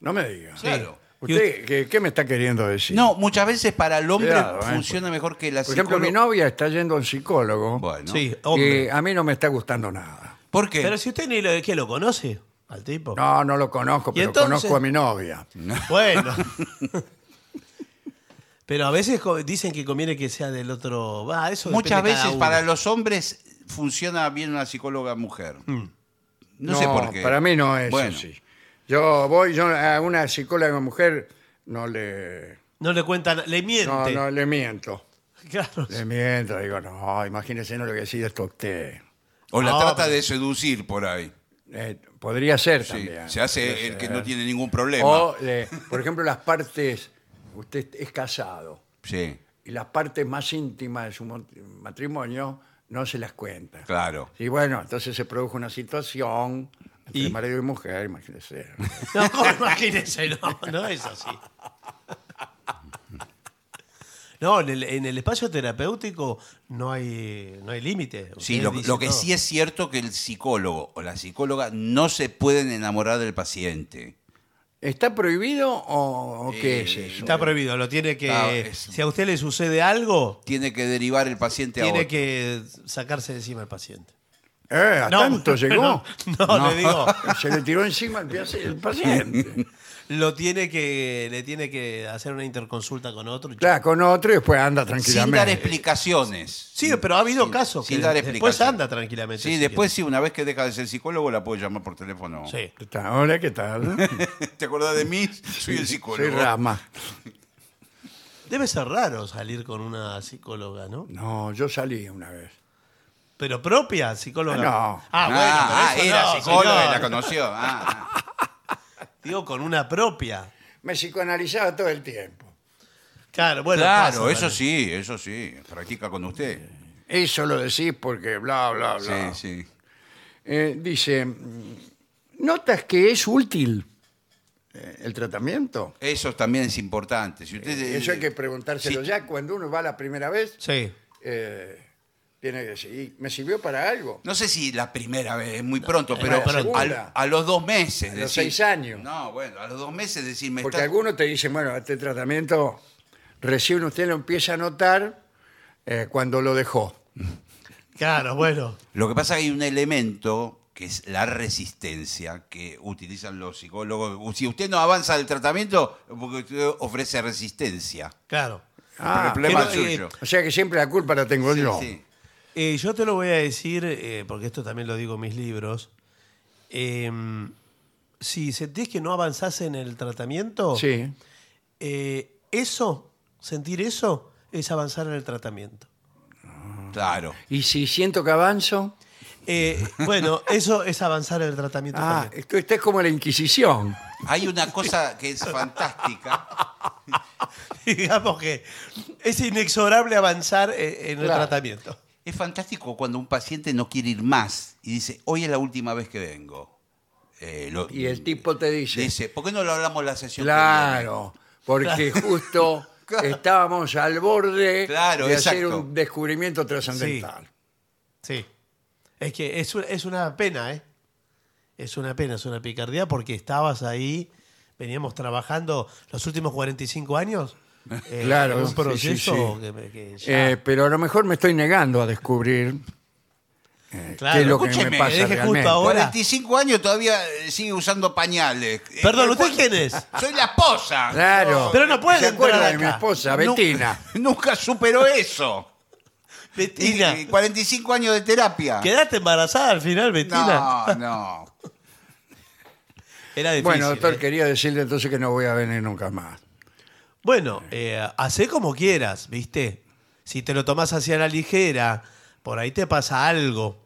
No me diga.
Claro.
¿Usted qué, qué me está queriendo decir?
No, muchas veces para el hombre
Cuidado, ¿eh?
funciona mejor que la
Por ejemplo, mi
psicóloga.
novia está yendo a un psicólogo
Bueno,
Sí, hombre.
y a mí no me está gustando nada.
¿por qué?
Pero si usted ni lo, ¿qué, lo conoce al tipo.
No, no lo conozco, pero
entonces?
conozco a mi novia.
*laughs* Bueno. *laughs* Pero a veces co- dicen que conviene que sea del otro. Va, eso depende
Muchas
de cada
veces
uno.
para los hombres funciona bien una psicóloga mujer.
Mm.
No, sé por qué.
Para mí no es
Bueno,
así. Yo voy yo a una psicóloga mujer, no le,
No le cuentan, le
no,
miente.
no le miento.
*laughs* Claro.
Le miento, digo, no, imagínese, no le voy a decir esto a usted.
O la
No,
trata
Ah, pero-
de seducir por ahí.
Eh, podría ser
Sí,
también.
se hace el que no tiene ningún problema.
O, le- por ejemplo, las partes, usted es casado
Sí,
y las partes más íntimas de su mon- matrimonio no se las cuenta.
claro.
Y bueno, entonces se produjo una situación entre
¿Y?
marido y mujer, imagínese.
No, ¿cómo? imagínese, no, no es así. No, en el, en el espacio terapéutico no hay, no hay límite.
Sí,
Usted
lo,
dice
lo que
todo.
sí es cierto que el psicólogo o la psicóloga no se pueden enamorar del paciente.
¿Está prohibido o, o qué
Eh,
es eso?
Está prohibido, lo tiene que...
Ah, es-
Si a usted le sucede algo,
Tiene que derivar el paciente a
tiene
otro.
que sacarse de encima al paciente.
Eh, ¿A tanto
*laughs*
llegó?
No, no, le digo,
*laughs* Se le tiró encima el, paci- el paciente.
lo tiene que, le tiene que hacer una interconsulta con otro. y
Claro, con otro y después anda
Sin dar
tranquilamente.
explicaciones.
Sí, pero ha habido
Sin-
casos
sin
que
dar
después
explicaciones.
anda tranquilamente.
Sí,
si
después sí, una vez que deja de ser psicólogo la puedo llamar por teléfono.
quiere. Sí.
¿Qué tal? Hola, ¿qué tal?
*laughs* ¿Te acordás de mí? Soy el
Soy
psicólogo.
Rama.
Debe ser raro salir con una psicóloga, ¿no?
No, yo salí una vez.
Pero propia psicóloga.
Ah, no.
Ah, bueno,
ah,
pero eso
era
no,
psicóloga y
señor.
la conoció. Ah, ah.
Digo, con una propia.
Me psicoanalizaba todo el tiempo.
Claro, *laughs* bueno.
claro,
pasa,
eso
vale.
sí, eso sí. Practica con usted.
Eso lo decís porque bla, bla,
Sí,
bla.
sí.
Eh, dice, mm, ¿notas que es útil eh, el tratamiento?
Eso también es importante. Si usted,
Eh, Eso hay que preguntárselo
Sí.
ya. Cuando uno va la primera vez,
Sí.
eh, tiene que decir, "¿Y ¿me sirvió para algo?
No sé si la primera vez, es muy pronto,
es
pero
muy pronto.
al- a los dos meses.
A los seis años.
No, bueno, a los dos meses decirme.
Porque
está-
algunos te dicen, bueno, este tratamiento recién usted lo empieza a notar eh, cuando lo dejó.
Claro, bueno.
Lo que pasa es que hay un elemento que es la resistencia que utilizan los psicólogos. Si usted no avanza del tratamiento, porque usted ofrece resistencia.
Claro.
Ah,
el problema es
pero, eh,
suyo.
o sea que siempre la culpa la tengo yo.
Sí.
Eh, yo te lo voy a decir, eh, porque esto también lo digo en mis libros. Eh, si sentís que no avanzás en el tratamiento,
Sí.
eh, eso, sentir eso, es avanzar en el tratamiento.
Claro.
Y si siento que avanzo,
Eh, bueno, eso es avanzar en el tratamiento.
ah,
también. *laughs*
esto, esto es como la Inquisición.
Hay una cosa que es fantástica.
Digamos que es inexorable avanzar eh, en el
Claro.
tratamiento.
Es fantástico cuando un paciente no quiere ir más y dice, hoy es la última vez que vengo. Eh, lo-
Y el tipo te dice,
dice, ¿por qué no lo hablamos la sesión? que
claro, porque justo estábamos al borde
Claro,
de hacer
exacto.
un descubrimiento trascendental.
Sí. Es que es, un- es una pena, ¿eh? Es una pena, es una picardía porque estabas ahí, veníamos trabajando los últimos
*laughs*
45 años. eh,
Claro,
en
sí,
un proceso
sí, sí.
que me- que ya-
Eh, pero a lo mejor me estoy negando a descubrir
Claro.
qué es lo que
escúcheme,
me pasa
deje justo
realmente.
ahora.
viene? 45 años todavía eh, sigue usando pañales. Eh,
Perdón,
¿cuál-
¿usted quién
*laughs*
es?
Soy la esposa.
Claro.
Pero no puede
¿Se acuerda
entrar
de mi
acá.
esposa,
Nu-
Betina?
Nunca superó eso.
Betina.
Y- y 45 años de terapia.
¿Quedaste embarazada al final, Betina?
No, no.
Era difícil.
Bueno, doctor,
eh.
quería decirle entonces que no voy a venir nunca más.
Bueno, eh, hacé como quieras, ¿viste? Si te lo tomas hacia la ligera, por ahí te pasa algo.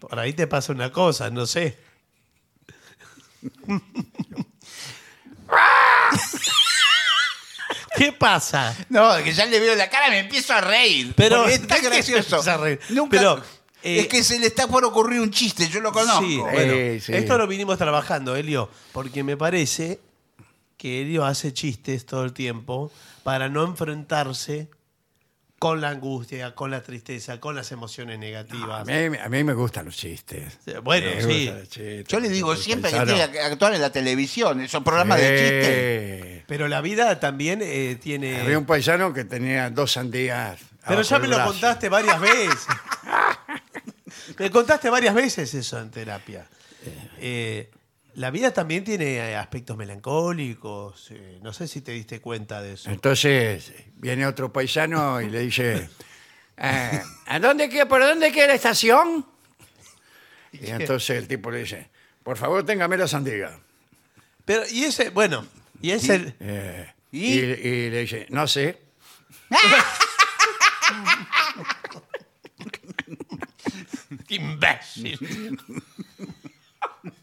Por ahí te pasa una cosa, no sé. ¿Qué pasa?
No, que ya le veo la cara, me empiezo a reír.
Pero- *laughs*
porque es tan gracioso.
Se ríe.
Nunca-
Pero, eh,
es que se le está por ocurrir un chiste, yo lo conozco.
Sí,
Eh,
bueno,
sí.
esto lo vinimos trabajando, Elio, porque me parece que Elio hace chistes todo el tiempo para no enfrentarse con la angustia, con la tristeza, con las emociones
A
negativas.
mí, a mí me gustan los chistes.
Bueno,
Me
sí,
gustan los chistes.
Yo le digo siempre que
Pensalo.
tiene que actuar en la televisión, esos programas de chistes.
Eh,
pero la vida también eh, tiene...
Había un paisano que tenía dos sandías.
Pero
abajo
ya
del
me lo
brazo.
contaste varias veces.
*laughs*
me contaste varias veces eso en terapia. Eh, la vida también tiene eh, aspectos melancólicos. eh, no sé si te diste cuenta de eso.
Entonces viene otro paisano y le dice, "Ah, ¿a dónde queda, por dónde queda la
*laughs*
estación? Y entonces el tipo le dice, por favor, téngame la sandía.
Pero, y ese, bueno, y ese.
Eh,
¿Y?
¿Y? y le dice, no sé.
Imbécil.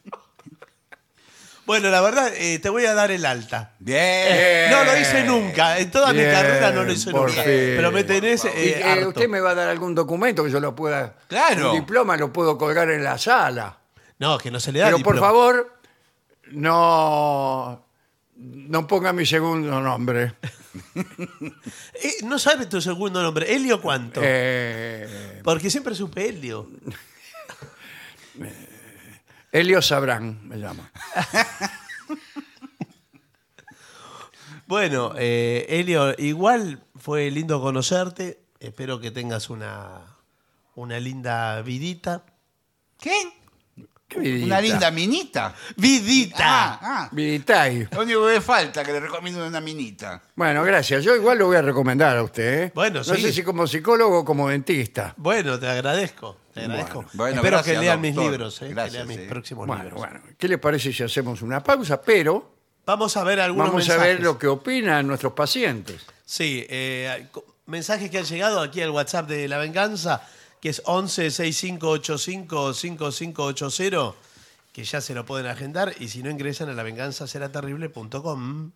*laughs* bueno, la verdad, eh, te voy a dar el alta.
Bien.
No lo hice nunca. *laughs* En toda mi
Bien,
carrera no lo hice
por fin.
nunca. Pero me tenés.
Y,
eh,
eh,
harto.
usted me va a dar algún documento que yo lo pueda...
Claro.
Un diploma lo puedo colgar en la sala.
No, que no se le da.
Pero por
diploma.
favor, no, no ponga mi segundo
*laughs*
nombre.
Eh, no sabes tu segundo nombre. ¿Helio cuánto?
Eh,
Porque siempre supe Helio.
Elio Sabrán me llama.
Bueno, eh, Helio, igual fue lindo conocerte. Espero que tengas una, una linda vidita.
¿Qué?
¿Qué vidita?
Una linda minita.
¡Vidita!
Ah, ah.
Vidita ahí.
Lo único que me falta que le recomiendo una minita.
Bueno, gracias. Yo igual lo voy a recomendar a usted. ¿eh?
Bueno,
no
sí.
sé si como psicólogo o como dentista.
Bueno, te agradezco. Te agradezco.
bueno,
Espero
gracias,
que lean mis
doctor.
libros, eh, que
Gracias,
lean mis
sí.
próximos
Bueno,
libros.
bueno. ¿Qué le parece si hacemos una pausa? Pero
Vamos a ver algunos
vamos a
mensajes.
ver lo que opinan nuestros pacientes.
Sí, eh, co- mensajes que han llegado aquí al WhatsApp de La Venganza, que es 11 6585 5580, que ya se lo pueden agendar. Y si no ingresan a lavenganzaseraterrible.com.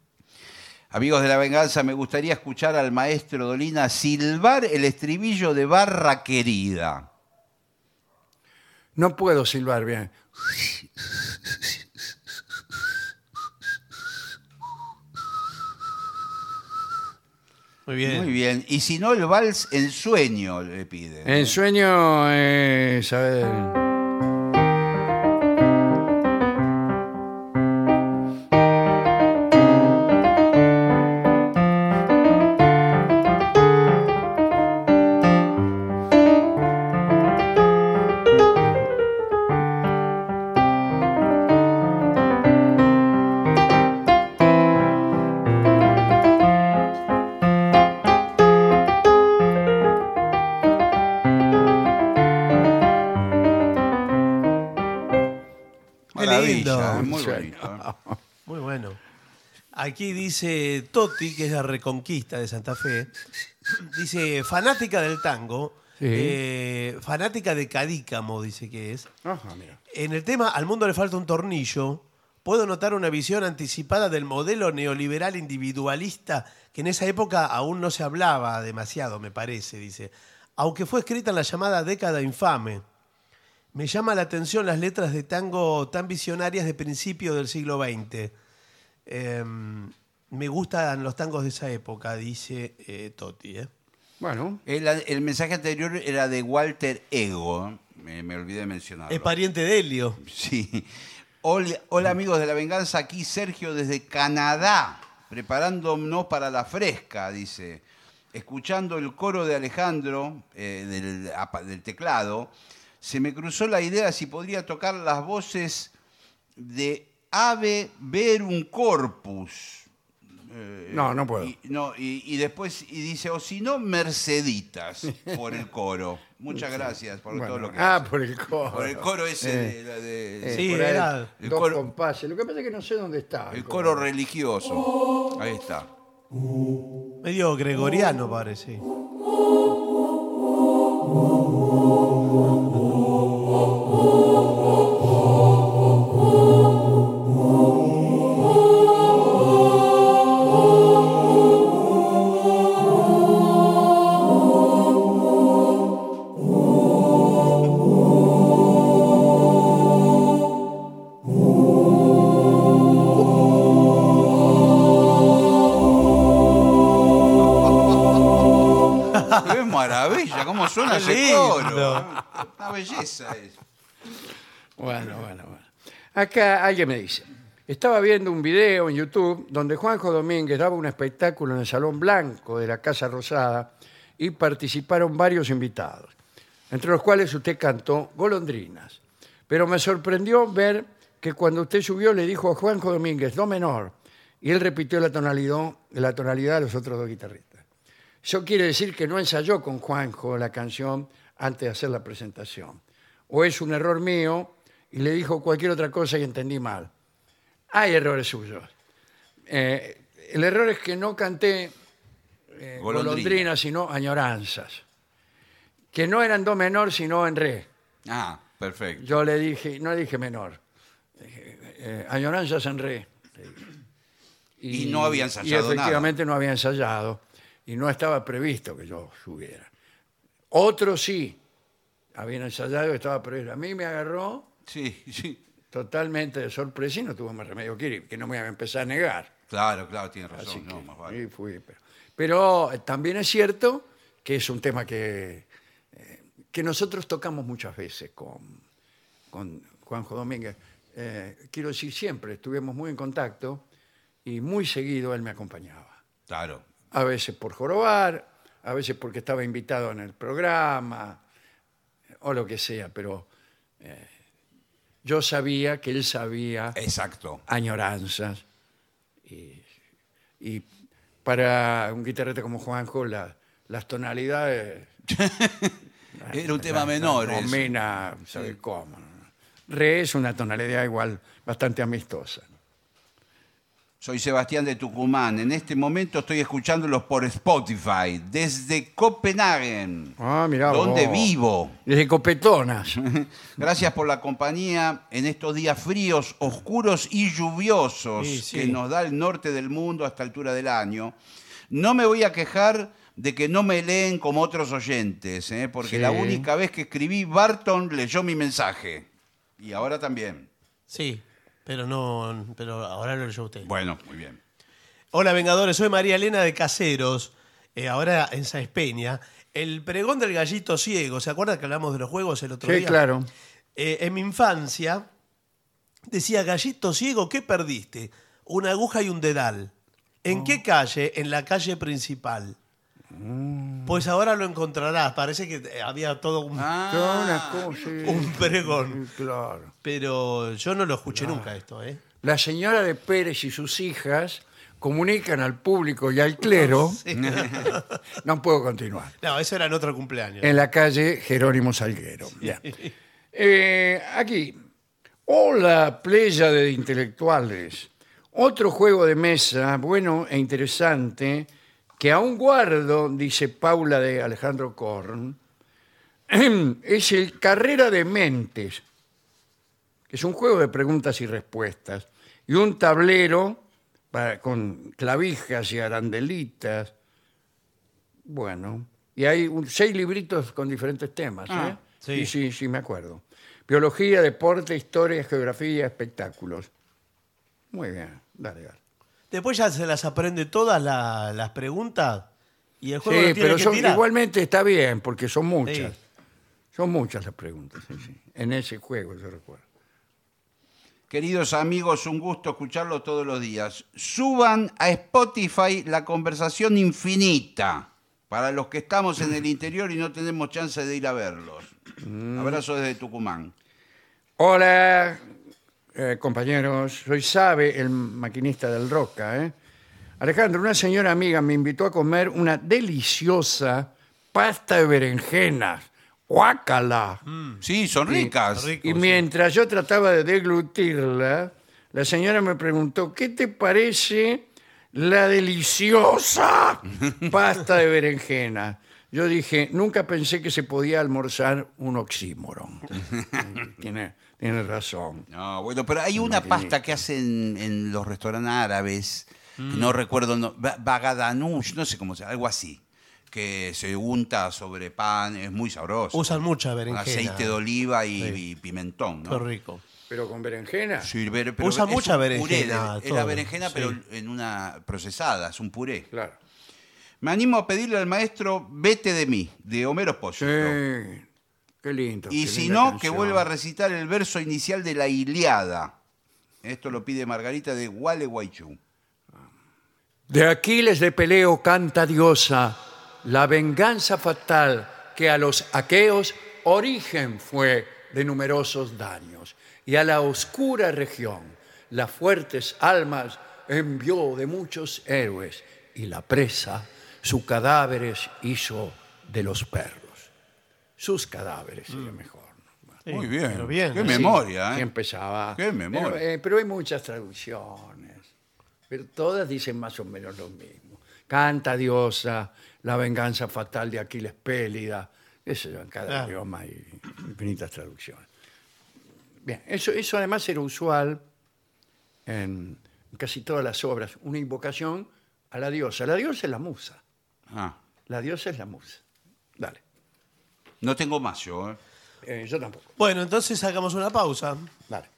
Amigos de la venganza, me gustaría escuchar al maestro Dolina silbar el estribillo de Barra Querida.
No puedo silbar bien.
Muy bien.
Muy bien. Y si no, el vals en sueño le
Eh,
pide.
En sueño es, a ver.
Qué lindo.
muy
Sueño.
bonito.
Muy bueno. Aquí dice Toti, que es la Reconquista de Santa Fe, dice fanática del tango,
Sí.
eh, fanática de Cadícamo, dice que es.
Ajá, Ah, mira.
En el tema Al mundo le falta un tornillo, puedo notar una visión anticipada del modelo neoliberal individualista que en esa época aún no se hablaba demasiado, me parece, dice. Aunque fue escrita en la llamada década infame, me llama la atención las letras de tango tan visionarias de principio del siglo XX. Em, me gustan los tangos de esa época, dice eh, Toti. ¿eh?
Bueno,
El, el mensaje anterior era de Walter Ego. Me, me olvidé de mencionarlo.
Es pariente de Helio.
Sí. Hola, hola, amigos de la venganza, aquí Sergio desde Canadá, preparándonos para la fresca, dice. Escuchando el coro de Alejandro eh, del, apa- del teclado, se me cruzó la idea si podría tocar las voces de Ave Verum Corpus. eh,
No, no puedo.
Y, no, y, y después y dice, o si no, Merceditas por el coro. Muchas gracias por
Bueno,
todo lo que
ah,
hace.
por el coro.
Por el coro ese de- de- de-
Eh,
Sí,
por ahí,
era
el
dos
coro-
compases. Lo que pasa es que no sé dónde está.
el coro religioso. Ahí está.
Medio gregoriano parece.
Ah.
Es maravilla, cómo suena
Qué
ese
lindo.
coro. Una belleza es.
Bueno, bueno, bueno. Acá alguien me dice, estaba viendo un video en YouTube donde Juanjo Domínguez daba un espectáculo en el Salón Blanco de la Casa Rosada y participaron varios invitados, entre los cuales usted cantó Golondrinas. Pero me sorprendió ver que cuando usted subió le dijo a Juanjo Domínguez, do menor, y él repitió la tonalidad, la tonalidad de los otros dos guitarristas. Eso quiere decir que no ensayó con Juanjo la canción antes de hacer la presentación. O es un error mío y le dijo cualquier otra cosa y entendí mal. Hay errores suyos. Eh, el error es que no canté eh,
Golondrina.
golondrinas, sino añoranzas. Que no eran do menor, sino en re.
Ah, perfecto.
Yo le dije, no le dije menor, eh, eh, añoranzas en re. le dije.
Y no había ensayado
Y efectivamente no había ensayado. Y no estaba previsto que yo subiera. Otro sí, habían ensayado, estaba previsto. A mí me agarró
Sí, sí.
totalmente de sorpresa y no tuvo más remedio que ir, que no me iba a empezar a negar.
Claro, claro, tiene
Así
razón. No,
que
más vale.
ahí fui, pero, pero, eh, también es cierto que es un tema que, eh, que nosotros tocamos muchas veces con, con Juanjo Domínguez. Eh, quiero decir, siempre estuvimos muy en contacto y muy seguido él me acompañaba.
Claro.
A veces por jorobar, a veces porque estaba invitado en el programa o lo que sea, pero eh, yo sabía que él sabía
Exacto.
añoranzas. Y, y para un guitarrista como Juanjo, la- las tonalidades.
Era un tema
las- las
menor. eso.
Domina, sabe cómo. Re es una tonalidad igual, bastante amistosa.
Soy Sebastián de Tucumán. En este momento estoy escuchándolos por Spotify desde Copenhagen.
Ah, mirá vos.
Donde vivo.
Desde
*laughs*
copetonas.
Gracias por la compañía en estos días fríos, oscuros y lluviosos
Sí, sí.
que nos da el norte del mundo a esta altura del año. No me voy a quejar de que no me leen como otros oyentes, ¿eh?
Sí.
porque la única vez que escribí, Barton leyó mi mensaje. Y ahora también.
Sí, pero no, pero ahora lo leyó usted.
Bueno, muy bien.
Hola Vengadores, soy María Elena de Caseros, eh, ahora en Sáenz Peña. El pregón del gallito ciego, ¿se acuerda que hablamos de los juegos el otro
Sí,
día?
claro.
Eh, en mi infancia decía, gallito ciego, ¿qué perdiste? Una aguja y un dedal. ¿En
Mm.
qué calle? En la calle principal.
Mm.
Pues ahora lo encontrarás, parece que eh, había todo un,
Todas unas cosas.
Ah, un pregón.
Sí, eh, Claro.
Pero yo no lo escuché nunca esto,
*laughs*
¿eh? *laughs*
La señora de Pérez y sus hijas comunican al público y al
*laughs*
clero. no puedo continuar.
No, eso era en otro cumpleaños.
en la calle Jerónimo Salguero. Bien. Eh, aquí, hola playa de intelectuales. Otro juego de mesa bueno e interesante que aún guardo, dice Paula de Alejandro Korn, *clears throat* es el Carrera de Mentes, que es un juego de preguntas y respuestas, y un tablero para- con clavijas y arandelitas. Bueno, y hay un- seis libritos con diferentes temas.
Ah,
¿eh? sí,
sí.
sí, sí, me acuerdo. Biología, deporte, historia, geografía, espectáculos. Muy bien, dale, dale.
Después ya se las aprende todas la- las preguntas y el juego
Sí,
lo tiene
pero
que
son-
tirar.
igualmente está bien, porque son muchas.
Sí.
Son muchas las preguntas, sí, sí. En ese juego, yo recuerdo.
Queridos amigos, un gusto escucharlos todos los días. Suban a Spotify la conversación infinita para los que estamos en el interior y no tenemos chance de ir a verlos.
Mm.
Abrazo desde Tucumán.
Hola, eh, compañeros. Soy Sabe, el maquinista del Roca. ¿eh? Alejandro, una señora amiga me invitó a comer una deliciosa pasta de berenjenas. ¡Guácala!
Mm.
Sí, son ricas.
rico.
Y mientras yo trataba de deglutirla, la señora me preguntó, ¿qué te parece la deliciosa pasta de berenjena? Yo dije, nunca pensé que se podía almorzar un oxímoron. tiene, tiene razón.
No, bueno, pero hay una pasta que hacen en los restaurantes árabes, que
Mm.
no recuerdo, no, ba- bagadanush, no sé cómo se algo así, que se unta sobre pan, es muy sabroso.
Usan mucha
Con
berenjena.
aceite de oliva y,
Sí.
y pimentón,
Qué
¿no?
rico.
¿Pero con berenjena?
Sí, pero- pero
Usa
es un
mucha
puré de-
berenjena,
es la
todo,
berenjena,
sí.
pero en una procesada, es un puré.
Claro.
Me animo a pedirle al maestro, vete de mí, de Homero
Sí.
Pollo.
Qué lindo.
Y
qué
si
linda
no, que
canción.
vuelva a recitar el verso inicial de la Iliada. Esto lo pide Margarita de Gualeguaychú.
De Aquiles de Peleo canta diosa, la venganza fatal que a los aqueos origen fue de numerosos daños, y a la oscura región las fuertes almas envió de muchos héroes, y la presa sus cadáveres hizo de los perros. Sus cadáveres, sería mejor. ¿no?
Sí,
Muy bien.
pero bien.
Qué
sí.
memoria,
Sí,
¿eh?
empezaba.
Qué memoria.
Pero, eh, pero hay muchas traducciones. Pero todas dicen más o menos lo mismo. Canta diosa, la venganza fatal de Aquiles Pélida. Eso en cada
Claro.
idioma hay infinitas traducciones. Bien, eso, eso además era usual en casi todas las obras. Una invocación a la diosa. La diosa es la musa.
Ah,
La diosa es la musa. Dale.
no tengo más yo, ¿eh?
Eh, yo tampoco.
Bueno, entonces hagamos una pausa.
Dale.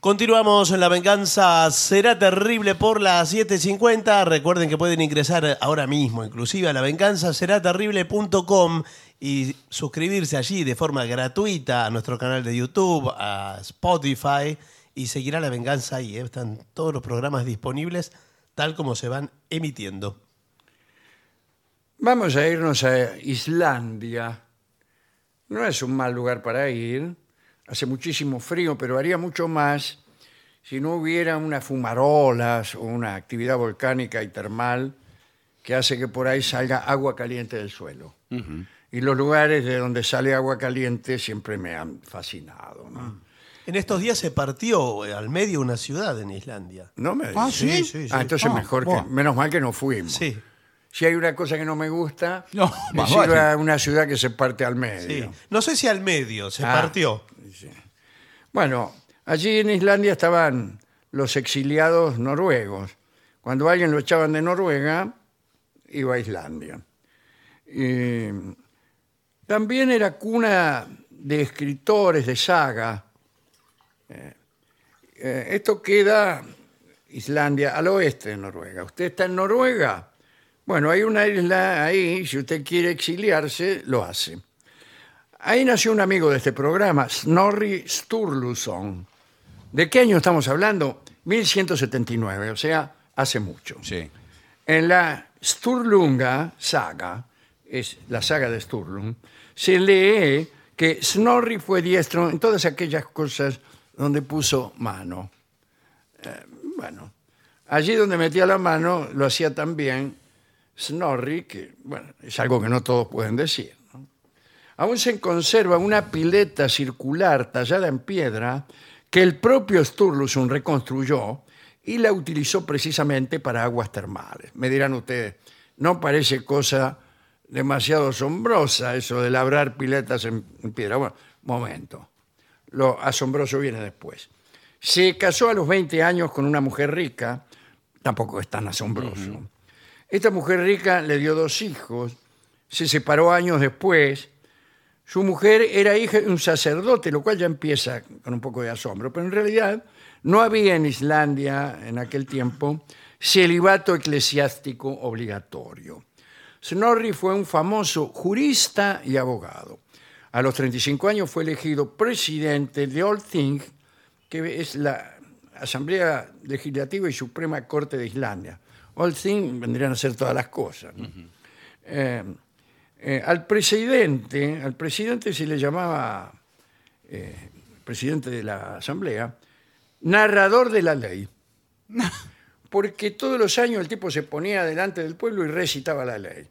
Continuamos en La Venganza Será Terrible por las 7.50. Recuerden que pueden ingresar ahora mismo, inclusive a lavenganzaseraterrible.com y suscribirse allí de forma gratuita a nuestro canal de YouTube, a Spotify y seguirá La Venganza ahí. ¿eh? Están todos los programas disponibles tal como se van emitiendo.
Vamos a irnos a Islandia. No es un mal lugar para ir. Hace muchísimo frío, pero haría mucho más si no hubiera unas fumarolas o una actividad volcánica y termal que hace que por ahí salga agua caliente del suelo. Y los lugares de donde sale agua caliente siempre me han fascinado. No,
En estos días se partió eh, al medio una ciudad en Islandia.
¿No me
Ah,
digas.
¿sí?
Sí, sí, sí.
Ah, entonces
Ah,
mejor que,
buah.
menos mal que no fuimos.
Sí,
Si hay una cosa que no me gusta,
No,
es
más
ir
vale.
a una ciudad que se parte al
sí.
medio.
No sé si al medio, se
Ah.
partió.
Bueno, allí en Islandia estaban los exiliados noruegos. Cuando a alguien lo echaban de Noruega, iba a Islandia. Y también era cuna de escritores, de saga. Eh, eh, esto queda Islandia al oeste de Noruega. ¿Usted está en Noruega? Bueno, hay una isla ahí, si usted quiere exiliarse, lo hace. Ahí nació un amigo de este programa, Snorri Sturluson. ¿De qué año estamos hablando? 1179, o sea, hace mucho.
Sí.
En la Sturlunga saga, es la saga de Sturlung, se lee que Snorri fue diestro en todas aquellas cosas donde puso mano. Eh, bueno, allí donde metía la mano lo hacía también Snorri, que bueno, es algo que no todos pueden decir. ¿no? Aún se conserva una pileta circular tallada en piedra que el propio Sturluson reconstruyó y la utilizó precisamente para aguas termales. Me dirán ustedes, no parece cosa demasiado asombrosa eso de labrar piletas en, en piedra. Bueno, momento. Lo asombroso viene después. Se casó a los 20 años con una mujer rica, tampoco es tan asombroso. Esta mujer rica le dio dos hijos, se separó años después. Su mujer era hija de un sacerdote, lo cual ya empieza con un poco de asombro, pero en realidad no había en Islandia en aquel tiempo celibato eclesiástico obligatorio. Snorri fue un famoso jurista y abogado. A los 35 años fue elegido presidente de Althing, que es la Asamblea Legislativa y Suprema Corte de Islandia. Althing vendrían a ser todas las cosas. ¿no? Eh, eh, al presidente, al presidente se le llamaba eh, presidente de la Asamblea, narrador de la ley. Porque todos los años el tipo se ponía delante del pueblo y recitaba la ley.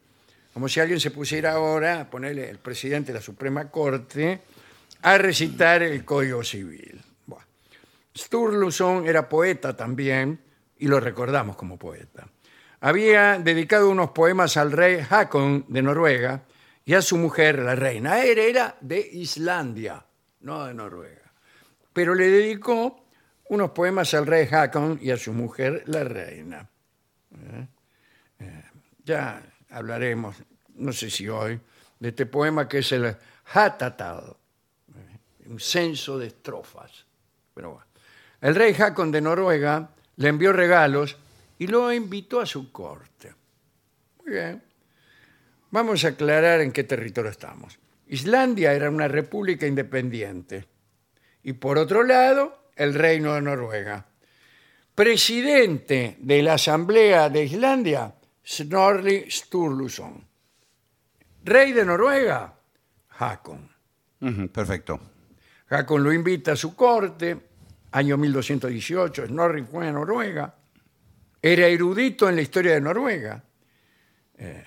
Como si alguien se pusiera ahora, a ponerle el presidente de la Suprema Corte, a recitar el Código Civil. Buah. Sturluson era poeta también, y lo recordamos como poeta. Había dedicado unos poemas al rey Hakon de Noruega y a su mujer, la reina. Él era de Islandia, no de Noruega. Pero le dedicó unos poemas al rey Hakon y a su mujer, la reina. ¿Eh? Eh, Ya hablaremos, no sé si hoy, de este poema que es el Hatatal un censo de estrofas. Pero bueno. El rey Hakon de Noruega le envió regalos y lo invitó a su corte. Muy bien. Vamos a aclarar en qué territorio estamos. Islandia era una república independiente. Y por otro lado, el reino de Noruega. Presidente de la Asamblea de Islandia, Snorri Sturluson. Rey de Noruega, Hakon.
Ujú, Perfecto.
Hakon lo invita a su corte, año 1218, Snorri fue a Noruega, era erudito en la historia de Noruega. Eh,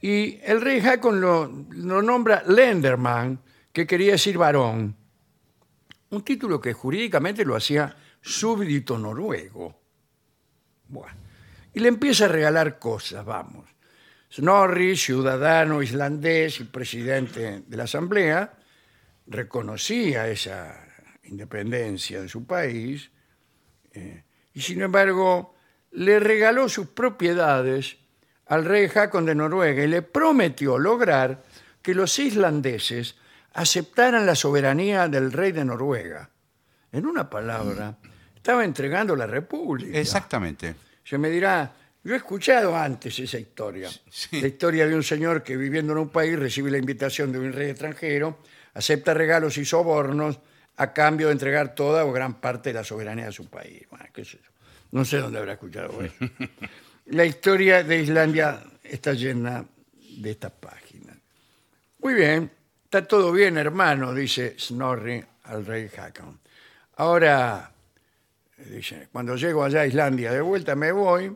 y el rey Hakon lo, lo nombra Lenderman, que quería decir varón, un título que jurídicamente lo hacía súbdito noruego. Bueno, y le empieza a regalar cosas, vamos. Snorri, ciudadano islandés y presidente de la asamblea, reconocía esa independencia de su país eh, y sin embargo le regaló sus propiedades al rey Hakon de Noruega y le prometió lograr que los islandeses aceptaran la soberanía del rey de Noruega. En una palabra, estaba entregando la república.
Exactamente.
Se me dirá, yo he escuchado antes esa historia. La historia de un señor que viviendo en un país recibe la invitación de un rey extranjero, acepta regalos y sobornos a cambio de entregar toda o gran parte de la soberanía de su país. Bueno, qué sé yo. No sé dónde habrá escuchado eso. la historia de Islandia está llena de estas páginas. Muy bien, está todo bien, hermano, dice Snorri al rey Hakon. Ahora, dice, cuando llego allá a Islandia de vuelta me voy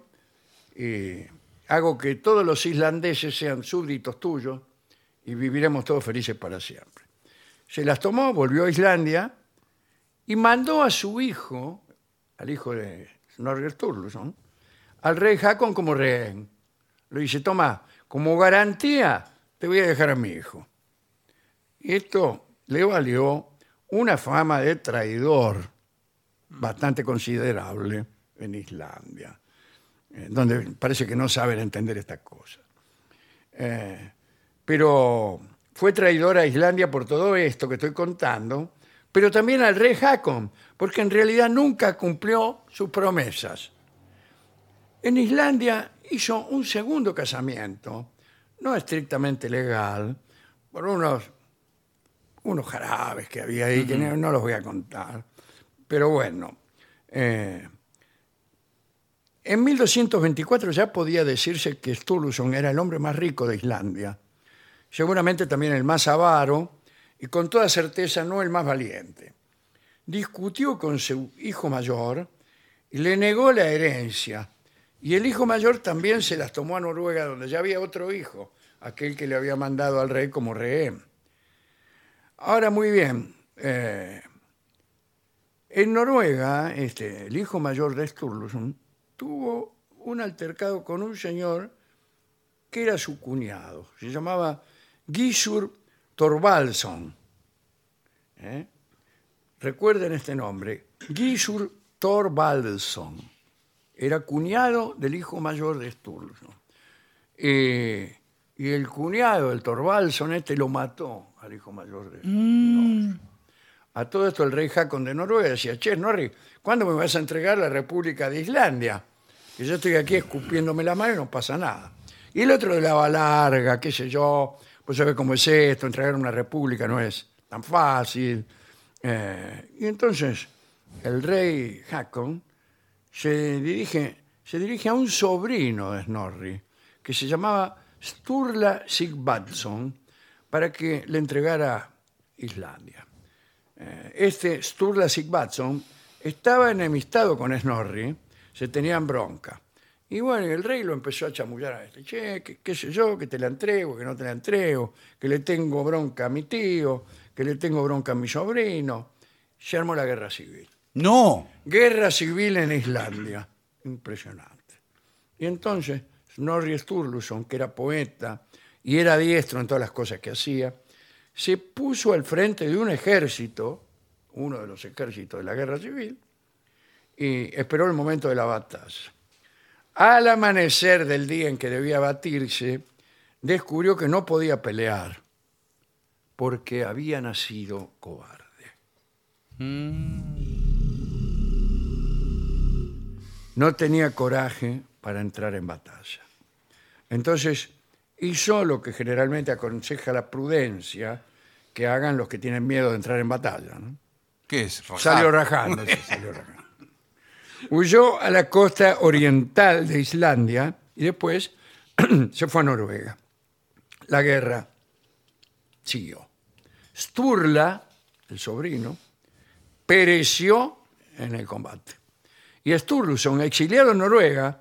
y hago que todos los islandeses sean súbditos tuyos y viviremos todos felices para siempre. Se las tomó, volvió a Islandia y mandó a su hijo, al hijo de Snorri Sturluson, al rey Hakon como rehén. Le dice, toma, como garantía te voy a dejar a mi hijo. Y esto le valió una fama de traidor bastante considerable en Islandia, eh, donde parece que no saben entender estas cosas. Eh, pero fue traidor a Islandia por todo esto que estoy contando, pero también al rey Hakon, porque en realidad nunca cumplió sus promesas. En Islandia hizo un segundo casamiento, no estrictamente legal, por unos unos jarabes que había ahí, que no, no los voy a contar. Pero bueno, eh, en 1224 ya podía decirse que Sturluson era el hombre más rico de Islandia, seguramente también el más avaro y con toda certeza no el más valiente. Discutió con su hijo mayor y le negó la herencia. Y el hijo mayor también se las tomó a Noruega, donde ya había otro hijo, aquel que le había mandado al rey como rehén. Ahora, muy bien. eh, en Noruega, este, el hijo mayor de Sturluson tuvo un altercado con un señor que era su cuñado. Se llamaba Gisur Torvalson. ¿eh? Recuerden este nombre. Gisur Torvalson. Era cuñado del hijo mayor de Sturluson. Eh, y el cuñado, el Torvalson, este lo mató al hijo mayor de a todo esto el rey Hakon de Noruega decía, che, Norri, ¿cuándo me vas a entregar la República de Islandia? Que yo estoy aquí escupiéndome la mano y no pasa nada. Y el otro de la bala larga, qué sé yo, pues sabes cómo es esto, entregar una república no es tan fácil. Eh, y entonces el rey Hakon se dirige, se dirige a un sobrino de Snorri, que se llamaba Sturla Sigvatsson, para que Eh, le entregara Islandia. Este Sturla Sigvatsson estaba enemistado con Snorri, se tenían bronca. Y bueno, y el rey lo empezó a chamullar a este, che, qué, qué sé yo, que te la entrego, que no te la entrego, que le tengo bronca a mi tío, que le tengo bronca a mi sobrino. Se armó la guerra civil.
No.
Guerra civil en Islandia. Impresionante. Y entonces Snorri Sturluson, que era poeta y era diestro en todas las cosas que hacía, se puso al frente de un ejército, uno de los ejércitos de la guerra civil, y esperó el momento de la batalla. Al amanecer del día en que debía batirse, descubrió que no podía pelear porque había nacido cobarde. No tenía coraje para entrar en batalla. Entonces hizo lo que generalmente aconseja la prudencia que hagan los que tienen miedo de entrar en batalla. ¿no?
¿Qué es? Rajar.
Salió rajando. sí, salió rajando. Huyó a la costa oriental de Islandia y después *clears throat* se fue a Noruega. La guerra siguió. Sturla, el sobrino, pereció en el combate. Y Sturluson, exiliado en Noruega,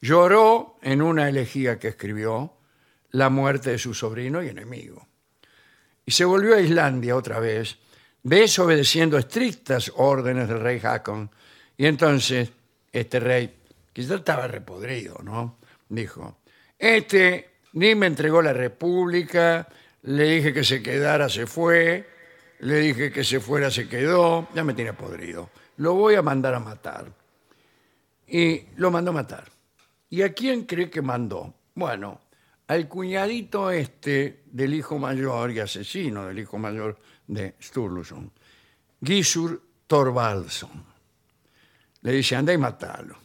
lloró en una elegía que escribió la muerte de su sobrino y enemigo. Y se volvió a Islandia otra vez, desobedeciendo estrictas órdenes del rey Hakon. Y entonces este rey, que ya estaba repodrido, ¿no? Dijo, este ni me entregó la república, le dije que se quedara, se fue, le dije que se fuera, se quedó, ya me tiene podrido. Lo voy a mandar a matar. Y lo mandó a matar. ¿Y a quién cree que mandó? Bueno, al cuñadito este del hijo mayor y asesino del hijo mayor de Sturluson, Gisur Torvaldsson. Le dice, andá y matalo.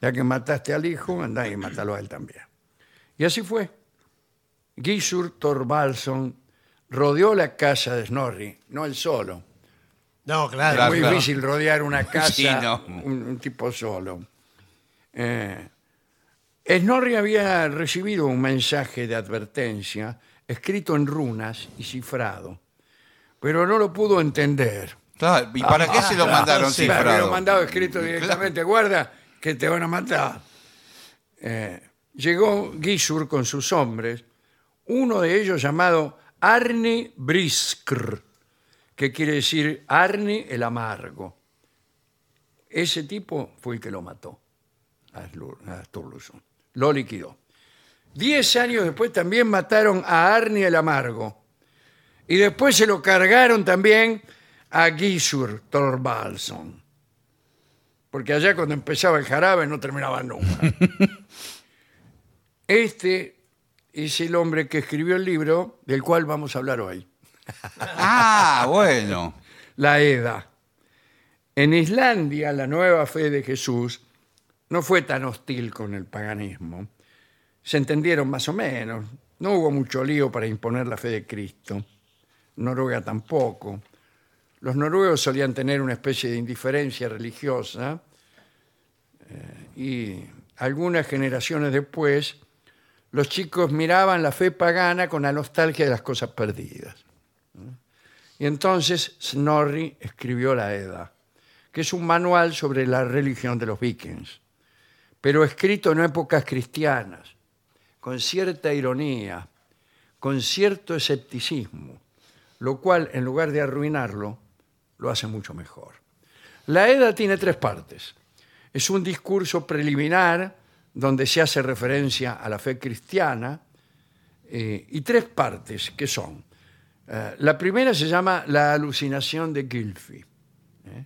Ya que mataste al hijo, andá y matalo a él también. Y así fue. Gisur Torvaldsson rodeó la casa de Snorri, no él solo.
No, claro.
Es
Claro,
muy
claro.
difícil rodear una casa,
*laughs* Sí, no.
un, un tipo solo. Eh, Snorri había recibido un mensaje de advertencia escrito en runas y cifrado, pero no lo pudo entender.
Claro, ¿Y para qué se lo mandaron
sí,
Claro,
cifrado?
Ah, lo mandado escrito directamente, guarda, que te van a matar. Eh, llegó Gisur con sus hombres, uno de ellos llamado Arni Briskr, que quiere decir Arni el Amargo. Ese tipo fue el que lo mató, a Slur- a Sturluson. Lo liquidó. Diez años después también mataron a Arni el Amargo. Y después se lo cargaron también a Gisur Thorvaldsson. Porque allá cuando empezaba el jarabe no terminaba nunca. Este es el hombre que escribió el libro del cual vamos a hablar hoy,
Ah, bueno.
La Edda. En Islandia la nueva fe de Jesús no fue tan hostil con el paganismo. Se entendieron más o menos. No hubo mucho lío para imponer la fe de Cristo. Noruega tampoco. Los noruegos solían tener una especie de indiferencia religiosa eh, y algunas generaciones después los chicos miraban la fe pagana con la nostalgia de las cosas perdidas. ¿no? Y entonces Snorri escribió la Edda, que es un manual sobre la religión de los vikings, pero escrito en épocas cristianas, con cierta ironía, con cierto escepticismo, lo cual en lugar de arruinarlo, lo hace mucho mejor. La Edda tiene tres partes. Es un discurso preliminar donde se hace referencia a la fe cristiana eh, y tres partes que son. eh, la primera se llama La alucinación de Gylfi. ¿eh?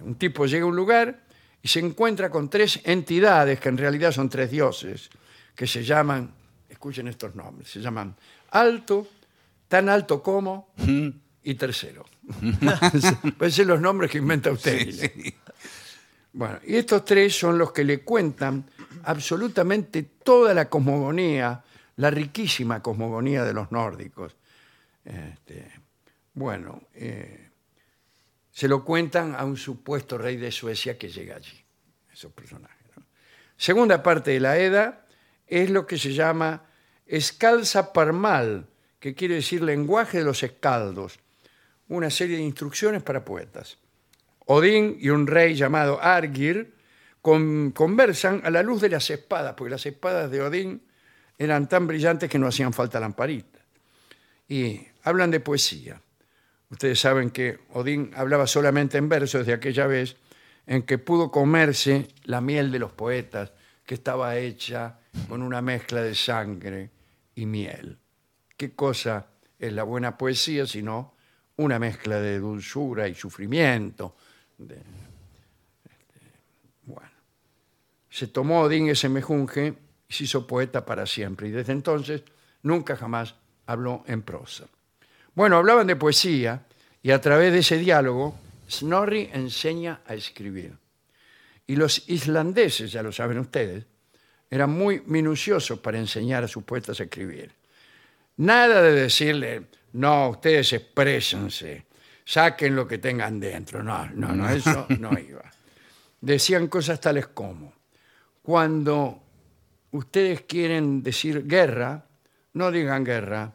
Un tipo llega a un lugar y se encuentra con tres entidades que en realidad son tres dioses que se llaman, escuchen estos nombres, se llaman alto, tan alto como y tercero. Pueden ser los nombres que inventa usted. Guille. Bueno, y estos tres son los que le cuentan absolutamente toda la cosmogonía, la riquísima cosmogonía de los nórdicos. Este, bueno, eh, se lo cuentan a un supuesto rey de Suecia que llega allí, esos personajes. ¿no? Segunda parte de la Edda es lo que se llama escalza parmal, que quiere decir lenguaje de los escaldos, una serie de instrucciones para poetas Odín y un rey llamado Argir con- conversan a la luz de las espadas, porque las espadas de Odín eran tan brillantes que no hacían falta lamparitas. Y hablan de poesía. Ustedes saben que Odín hablaba solamente en verso desde aquella vez en que pudo comerse la miel de los poetas, que estaba hecha con una mezcla de sangre y miel. ¿Qué cosa es la buena poesía sino una mezcla de dulzura y sufrimiento? de- este, bueno. Se tomó Odín ese mejunje y se hizo poeta para siempre. Y desde entonces nunca jamás habló en prosa. Bueno, hablaban de poesía y a través de ese diálogo Snorri enseña a escribir. Y los islandeses, ya lo saben ustedes, eran muy minuciosos para enseñar a sus poetas a escribir. Nada de decirle, no, ustedes exprésense, saquen lo que tengan dentro. No, no, no, eso no iba. Decían cosas tales como, cuando ustedes quieren decir guerra, no digan guerra,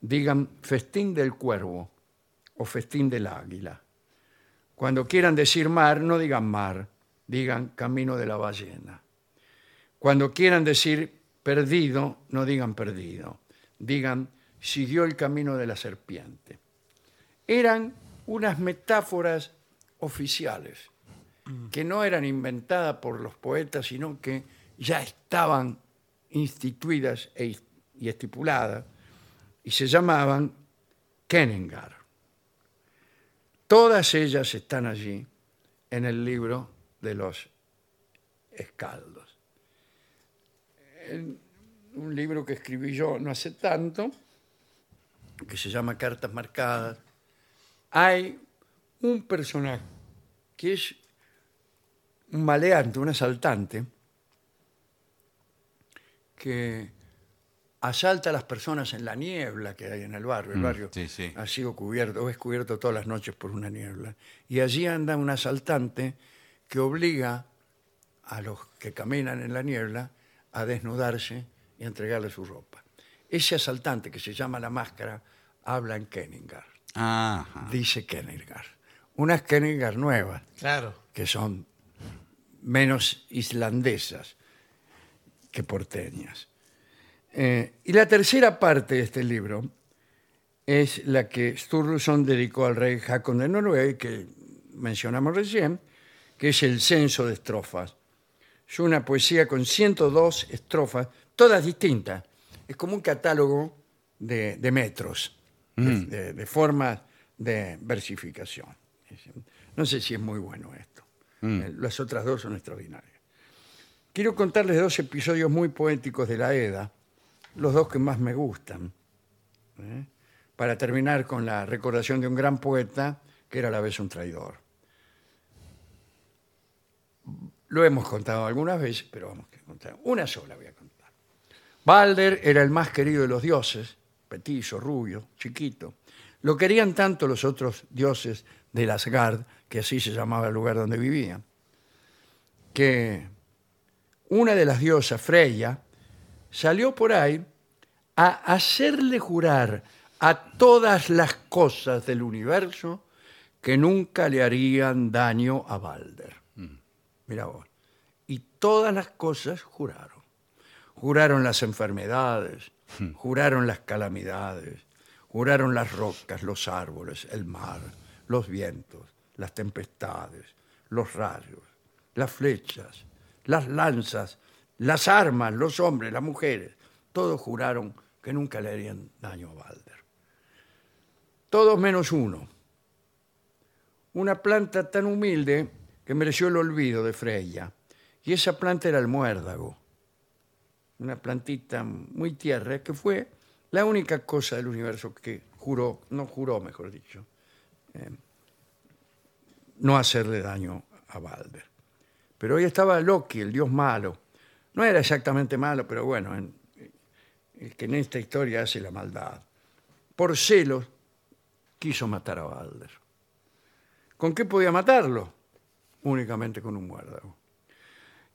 digan festín del cuervo o festín del águila. Cuando quieran decir mar, no digan mar, digan camino de la ballena. Cuando quieran decir perdido, no digan perdido, digan siguió el camino de la serpiente. Eran unas metáforas oficiales que no eran inventadas por los poetas, sino que ya estaban instituidas e is- y estipuladas, y se llamaban Kenengar. Todas ellas están allí en el libro de los escaldos. En un libro que escribí yo no hace tanto, que se llama Cartas Marcadas, hay un personaje que es un maleante, un asaltante, que asalta a las personas en la niebla que hay en el barrio. El barrio
Mm, sí, sí.
ha sido cubierto, o es cubierto todas las noches por una niebla. Y allí anda un asaltante que obliga a los que caminan en la niebla a desnudarse y a entregarle su ropa. Ese asaltante que se llama la máscara habla en Kenningar,
Ajá.
dice Kenningar. Unas Kenningar nuevas
Claro.
que son menos islandesas que porteñas. Eh, y la tercera parte de este libro es la que Sturluson dedicó al rey Hakon de Noruega, que mencionamos recién, que es el censo de estrofas. Es una poesía con 102 estrofas, todas distintas. Es como un catálogo de, de metros, de- de, de formas de versificación. No sé si es muy bueno esto. Eh, Las otras dos son extraordinarias. Quiero contarles dos episodios muy poéticos de la EDA, los dos que más me gustan, ¿eh? para terminar con la recordación de un gran poeta que era a la vez un traidor. Lo hemos contado algunas veces, pero vamos a contar. Una sola voy a contar. Balder era el más querido de los dioses, petizo, rubio, chiquito. Lo querían tanto los otros dioses del Asgard, que así se llamaba el lugar donde vivían, que una de las diosas, Freya, salió por ahí a hacerle jurar a todas las cosas del universo que nunca le harían daño a Balder. Mira vos. Y todas las cosas juraron. Juraron las enfermedades, juraron las calamidades, juraron las rocas, los árboles, el mar, los vientos, las tempestades, los rayos, las flechas, las lanzas, las armas, los hombres, las mujeres. Todos juraron que nunca le harían daño a Balder. Todos menos uno una planta tan humilde que mereció el olvido de Freya. Y esa planta era el muérdago, una plantita muy tierra que fue la única cosa del universo que juró, no juró, mejor dicho, eh, no hacerle daño a Balder. Pero hoy estaba Loki, el dios malo. No era exactamente malo, pero bueno, en- el que en esta historia hace la maldad. Por celos quiso matar a Balder. ¿Con qué podía matarlo? Únicamente con un muérdago.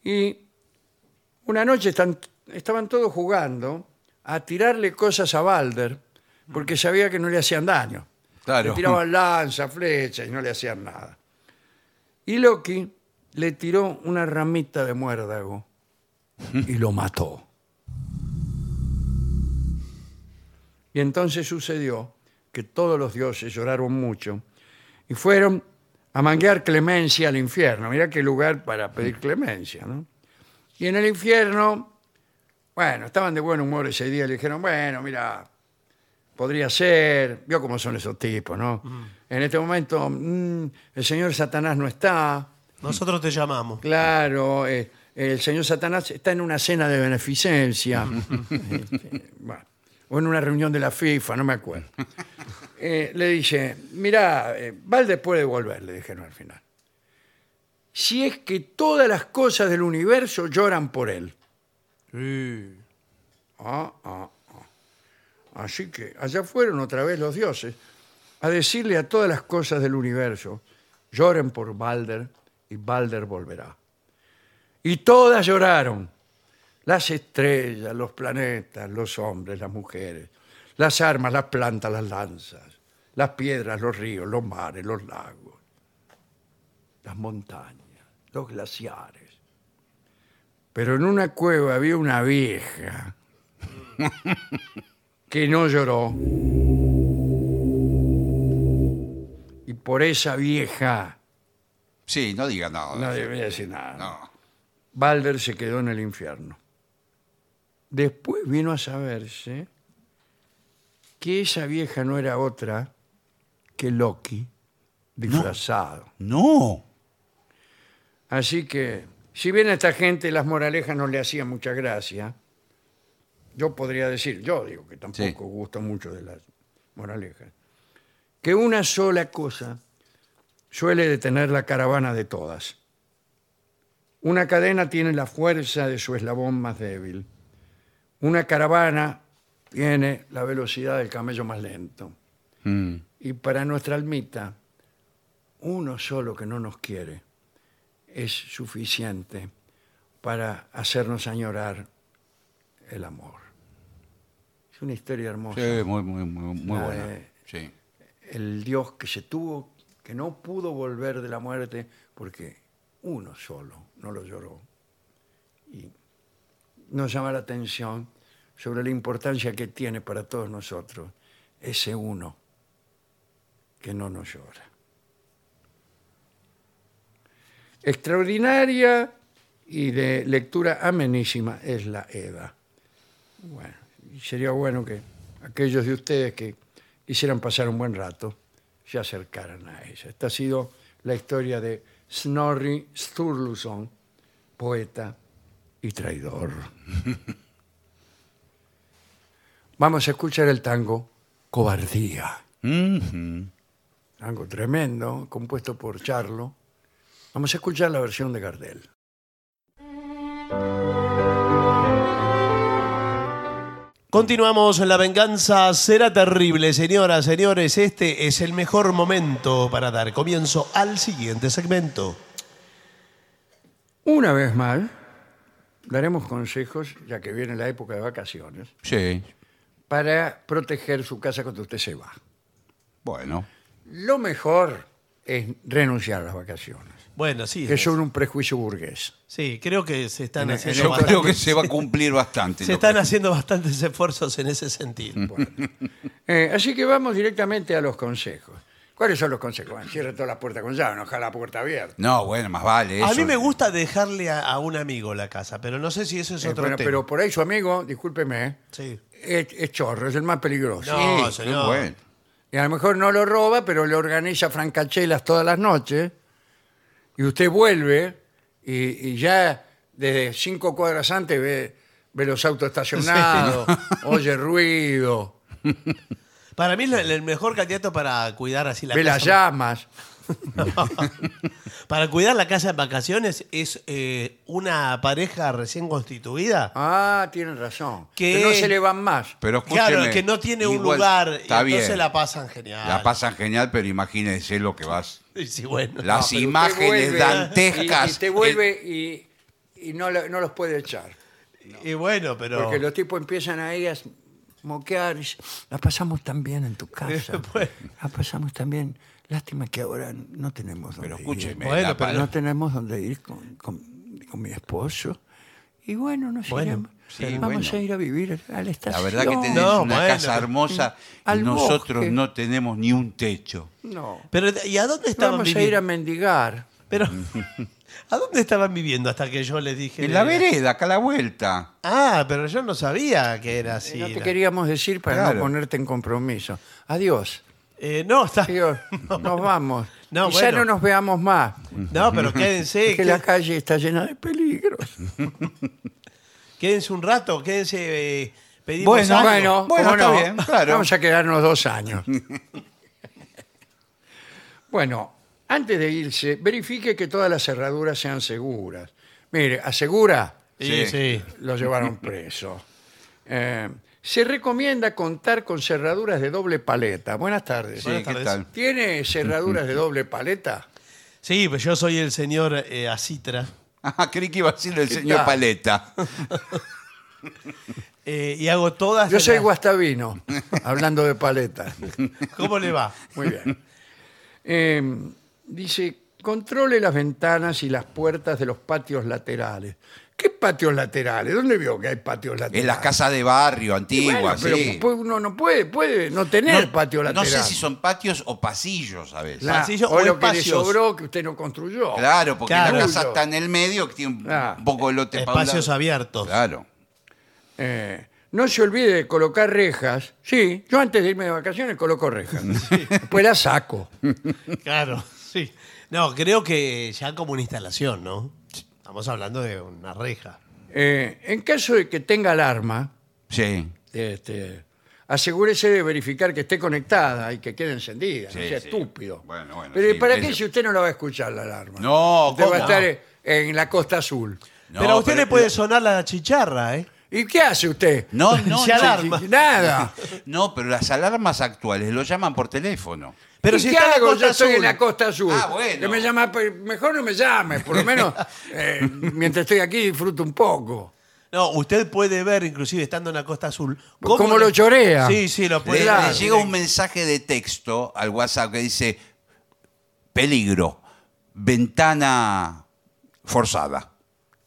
Y una noche están- estaban todos jugando a tirarle cosas a Balder porque sabía que no le hacían daño. Le
Claro.
tiraban lanza, flecha y no le hacían nada. Y Loki le tiró una ramita de muérdago y lo mató. Y entonces sucedió que todos los dioses lloraron mucho y fueron a manguear clemencia al infierno. Mirá qué lugar para pedir clemencia, ¿no? Y en el infierno, bueno, estaban de buen humor ese día. Le dijeron, bueno, mira, podría ser. Vio cómo son esos tipos, ¿no? En este momento, mm, el señor Satanás no está.
Nosotros te llamamos.
Claro, eh, el señor Satanás está en una cena de beneficencia. Este, bueno, o en una reunión de la FIFA, no me acuerdo. Eh, le dice, mirá, eh, Valdes puede volver, le dijeron al final. Si es que todas las cosas del universo lloran por él. Ah, ah, ah. Así que allá fueron otra vez los dioses a decirle a todas las cosas del universo, lloren por Balder y Balder volverá. Y todas lloraron, las estrellas, los planetas, los hombres, las mujeres, las armas, las plantas, las lanzas, las piedras, los ríos, los mares, los lagos, las montañas, los glaciares. Pero en una cueva había una vieja que no lloró. Y por esa vieja
Ah, Sí, no diga nada.
no debía decir nada.
No.
Balder se quedó en el infierno. Después vino a saberse que esa vieja no era otra que Loki disfrazado.
No.
Así que, si bien a esta gente las moralejas no le hacían mucha gracia, yo podría decir, yo digo que tampoco
Sí.
gusto mucho de las moralejas, que una sola cosa suele detener la caravana de todas. Una cadena tiene la fuerza de su eslabón más débil. Una caravana tiene la velocidad del camello más lento.
Mm.
Y para nuestra almita, uno solo que no nos quiere es suficiente para hacernos añorar el amor. Es una historia hermosa.
Sí, muy, muy, muy, muy
La
buena.
de-
Sí.
El Dios que se tuvo, que no pudo volver de la muerte porque uno solo no lo lloró. Y nos llama la atención sobre la importancia que tiene para todos nosotros ese uno que no nos llora. Extraordinaria y de lectura amenísima es la Eda. Bueno, y sería bueno que aquellos de ustedes que quisieran pasar un buen rato se acercaran a ella. Esta ha sido la historia de Snorri Sturluson, poeta y traidor. *laughs* Vamos a escuchar el tango Cobardía.
Mhm.
Tango tremendo, compuesto por Charlo. Vamos a escuchar la versión de Gardel.
Continuamos en La Venganza Será Terrible, señoras, señores. Este es el mejor momento para dar comienzo al siguiente segmento.
Una vez más, daremos consejos, ya que viene la época de vacaciones,
Sí.
para proteger su casa cuando usted se va.
Bueno.
Lo mejor es renunciar a las vacaciones,
Bueno, sí.
que son un prejuicio burgués.
Sí, creo que se están
En-
haciendo
Yo
bastante-
creo que se va a cumplir bastante.
se
lo
están
que-
haciendo bastantes esfuerzos en ese sentido.
Eh, así que vamos directamente a los consejos. ¿Cuáles son los consejos? Bueno, cierre todas las puertas con llave, no deja la puerta abierta.
No, bueno, más vale.
a
eso.
mí me gusta dejarle a, a un amigo la casa, pero no sé si eso es
Eh,
otro
bueno,
tema.
pero por ahí su amigo, discúlpeme,
Sí.
es, es chorro, es el más peligroso.
No,
Sí,
señor.
bueno.
Y a lo mejor no lo roba, pero le organiza francachelas todas las noches. Y usted vuelve y, y ya desde cinco cuadras antes ve, ve los autos estacionados, oye ruido,
Para mí es la- el mejor candidato para cuidar así la
ve las
casa.
llamas.
*laughs* Para cuidar la casa en vacaciones es eh, una pareja recién constituida.
Ah, tienen razón.
¿Qué?
Que no se le van más.
Pero escúcheme,
Claro, que no tiene un
igual-
lugar y
Está
entonces
bien.
la pasan genial.
La pasan genial, pero imagínense lo que vas.
*laughs* Y Sí, bueno.
Las
Pero usted
imágenes
vuelve
dantescas.
Y, y te vuelve y, y no, lo- no los puede echar.
Y bueno, pero
Porque los tipos empiezan a ir a moquear. y dicen, La pasamos tan bien en tu casa.
Bueno.
La pasamos tan bien. Lástima que ahora no tenemos dónde
Pero
ir.
escúcheme,
Bueno,
la
pero
pal-
No tenemos dónde ir con, con- con mi esposo. Y bueno, nos
Bueno,
iremos.
sí,
Vamos
bueno.
a ir a vivir a la
la
estación.
verdad que tenés
No,
una
bueno.
casa hermosa y
Al
nosotros
bosque.
no tenemos ni un techo.
No.
Pero, ¿y a dónde estaban
Vamos a ir
viviendo?
a mendigar.
*laughs*
Pero, *laughs* ¿a dónde estaban viviendo hasta que yo les dije?
En la vereda, acá a la vuelta.
Ah, pero yo no sabía que era así.
Eh, no te
la-
queríamos decir para
Claro.
no ponerte en compromiso. Adiós.
Eh, no, está.
Adiós. Nos vamos.
No,
Quizá
bueno.
no nos veamos más.
No, pero
*laughs*
quédense.
que la
qué-
calle está llena de peligros.
Quédense un rato, quédense. eh, pedimos
Bueno,
algo.
Bueno,
Bueno,
¿cómo
está
no?
bien, claro.
Vamos a quedarnos dos
*laughs*
años. bueno, antes de irse, verifique que todas las cerraduras sean seguras. Mire, asegura,
Sí,
Sí.
sí.
lo llevaron preso.
*laughs*
Eh, se recomienda contar con cerraduras de doble paleta. Buenas tardes.
Sí,
Buenas
¿qué
tardes.
tal? *laughs*
¿Tiene cerraduras de doble paleta?
Sí, pues yo soy el señor eh, Acitra.
Ah, creí que iba a decir el
¿Qué
señor
tal?
Paleta.
eh, y hago todas.
Yo soy
las-
guastavino,
*laughs*
hablando de paleta.
¿Cómo le va?
Muy bien. Eh, dice, controle las ventanas y las puertas de los patios laterales. ¿Qué patios laterales? ¿Dónde vio que hay patios laterales?
En las casas de barrio antiguas,
Bueno, pero
sí.
pu- uno no puede, puede no tener patio
no
lateral.
sé si son patios o pasillos a veces.
Claro,
pasillos
o
o
lo que le
espacios.
sobró que usted no construyó.
Claro, porque
Claro.
la casa está en el medio, que tiene un
Ah,
poco de lote pa' un
Espacios
lado.
abiertos.
Claro.
Eh, no se olvide de colocar rejas. Sí, yo antes de irme de vacaciones coloco
*laughs*
rejas. Después las saco.
Claro, sí. No, creo que ya como una instalación, ¿no? Estamos hablando de una reja.
Eh, en caso de que tenga alarma,
Sí.
Este, asegúrese de verificar que esté conectada y que quede encendida. no
Sí,
sea
sí.
estúpido.
Bueno, bueno,
Pero ¿y
sí,
¿para
eso.
qué si usted no la va a escuchar la alarma?
No,
Usted va a
¿cómo?
estar eh, en la Costa Azul.
No,
pero a usted le
pero-
puede sonar la chicharra, ¿eh?
¿Y qué hace usted? *laughs*
No, no,
Se
no,
alarma.
Nada.
*laughs* no, pero las alarmas actuales lo llaman por teléfono.
Pero
¿Y
si
qué
está en la
hago?
Costa
Yo estoy
Azul.
en la Costa Azul.
Ah, bueno.
Que me llama, pues, mejor no me llame, por lo
*laughs*
menos eh, mientras estoy aquí disfruto un poco.
No, usted puede ver, inclusive estando en la Costa Azul.
Pues cómo lo chorea.
Sí, sí, lo
Le,
puede
le
Pues Claro.
ver.
llega un mensaje de texto al WhatsApp que dice peligro, ventana forzada.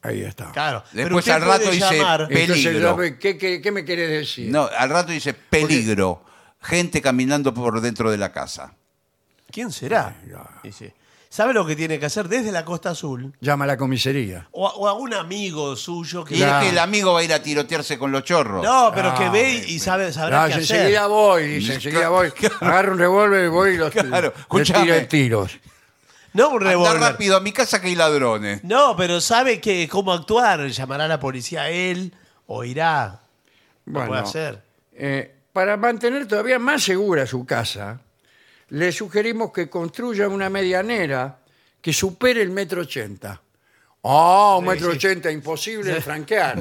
Ahí está.
Claro.
Después al rato
puede
dice- eh,
llamar-
Entonces,
peligro.
yo, ¿qué, qué, qué me querés decir?
No, al rato dice peligro, gente caminando por dentro de la casa.
¿Quién será? Dice, ¿Sabe lo que tiene que hacer desde la Costa Azul?
Llama a la comisaría.
O a, o a un amigo suyo que...
Y
Claro.
es que el amigo va a ir a tirotearse con los chorros.
No, pero
Ah,
que ve y- y sabe, sabrá
No,
qué
yo
hacer.
Ah, enseguida voy, dice, enseguida voy. Agarro un revólver y voy y los
Claro,
le tiro
escúchame.
en tiros.
No un
Andá
revólver.
rápido a mi casa que hay ladrones.
No, pero sabe que cómo actuar. Llamará a la policía a él o irá.
Bueno,
puede hacer.
eh, para mantener todavía más segura su casa, le sugerimos que construya una medianera que supere el metro ochenta. Ah, un metro ochenta, imposible
*laughs*
de franquear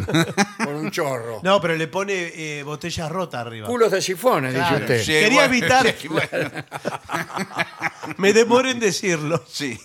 por un chorro.
No, pero le pone eh, botellas rotas arriba.
Culos de sifones,
Claro.
dice usted.
Sí,
Quería evitar-
*laughs* sí, bueno,
Me demoro en decirlo.
sí.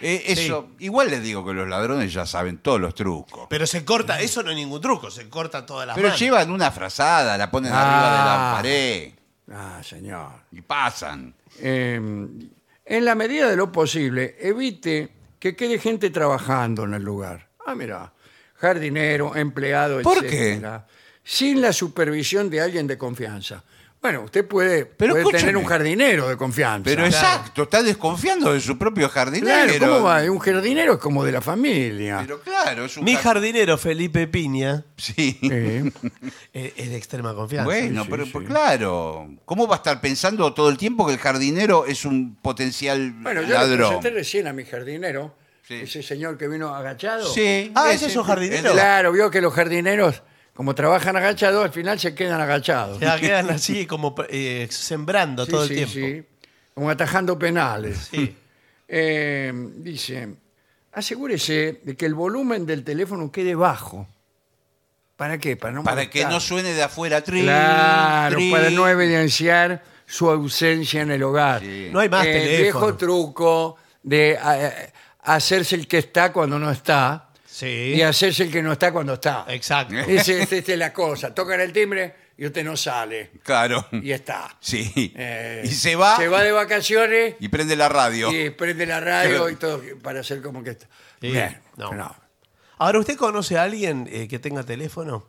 Eh, eso, igual les digo que los ladrones ya saben todos los trucos.
Pero se corta, eso no es ningún truco, se corta todas las
Pero
manos.
llevan una frazada, la ponen arriba de
Ah.
la pared
Ah, señor.
y pasan.
Eh, en la medida de lo posible, evite que quede gente trabajando en el lugar. Ah, mira, jardinero, empleado,
¿Por
etcétera, Sin la supervisión de alguien de confianza. Bueno, usted puede,
Pero
puede tener
escúcheme.
un jardinero de confianza.
Pero exacto, está desconfiando de su propio
Claro,
jardinero.
¿cómo va? Un jardinero es como de la familia.
Pero claro, es un
Mi
jar-
jardinero, Felipe Piña,
Sí.
Sí.
eh, es de extrema confianza.
Bueno,
sí,
pero
sí.
pues, claro, ¿cómo va a estar pensando todo el tiempo que el jardinero es un potencial
Bueno, yo le
ladrón?
presenté recién a mi jardinero,
Sí.
ese señor que vino agachado.
Sí.
Ah, ese es un jardinero.
Claro, vio que los jardineros, como trabajan agachados, al final se quedan agachados.
Ya quedan así como eh, sembrando
Sí,
todo
sí,
el tiempo.
sí. Como atajando penales.
Sí.
*laughs* Eh, dice, asegúrese de que el volumen del teléfono quede bajo. ¿Para qué? Para, no
Para que
molestar.
no suene de afuera tri,
Claro,
tri.
para no evidenciar su ausencia en el hogar. Eh,
Sí.
No hay más
el
teléfono.
viejo truco de eh, hacerse el que está cuando no está
Sí.
y hacerse el que no está cuando está. *laughs*
Exacto.
Ese- Esa es la cosa. Tocan el timbre y usted no sale.
Claro.
Y está.
Sí.
Eh,
y se va,
Se va de vacaciones
y prende la radio.
y prende la radio
Claro.
y todo para hacer como que está.
Sí,
Bien,
no.
no. no.
Ahora, ¿usted conoce a alguien eh, que tenga teléfono?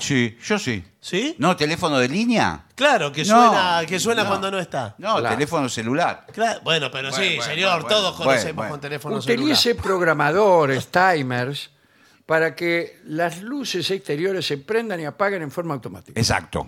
Sí, yo sí.
¿Sí?
No, teléfono de línea.
Claro, que
No,
suena, que suena
no.
cuando no está.
No,
Claro.
teléfono celular.
Claro, bueno, pero
Bueno,
sí,
bueno,
señor,
bueno,
todos
bueno,
conocemos
bueno.
con teléfono celular.
Utilice programadores, timers, para que las luces exteriores se prendan y apaguen en forma automática.
Exacto.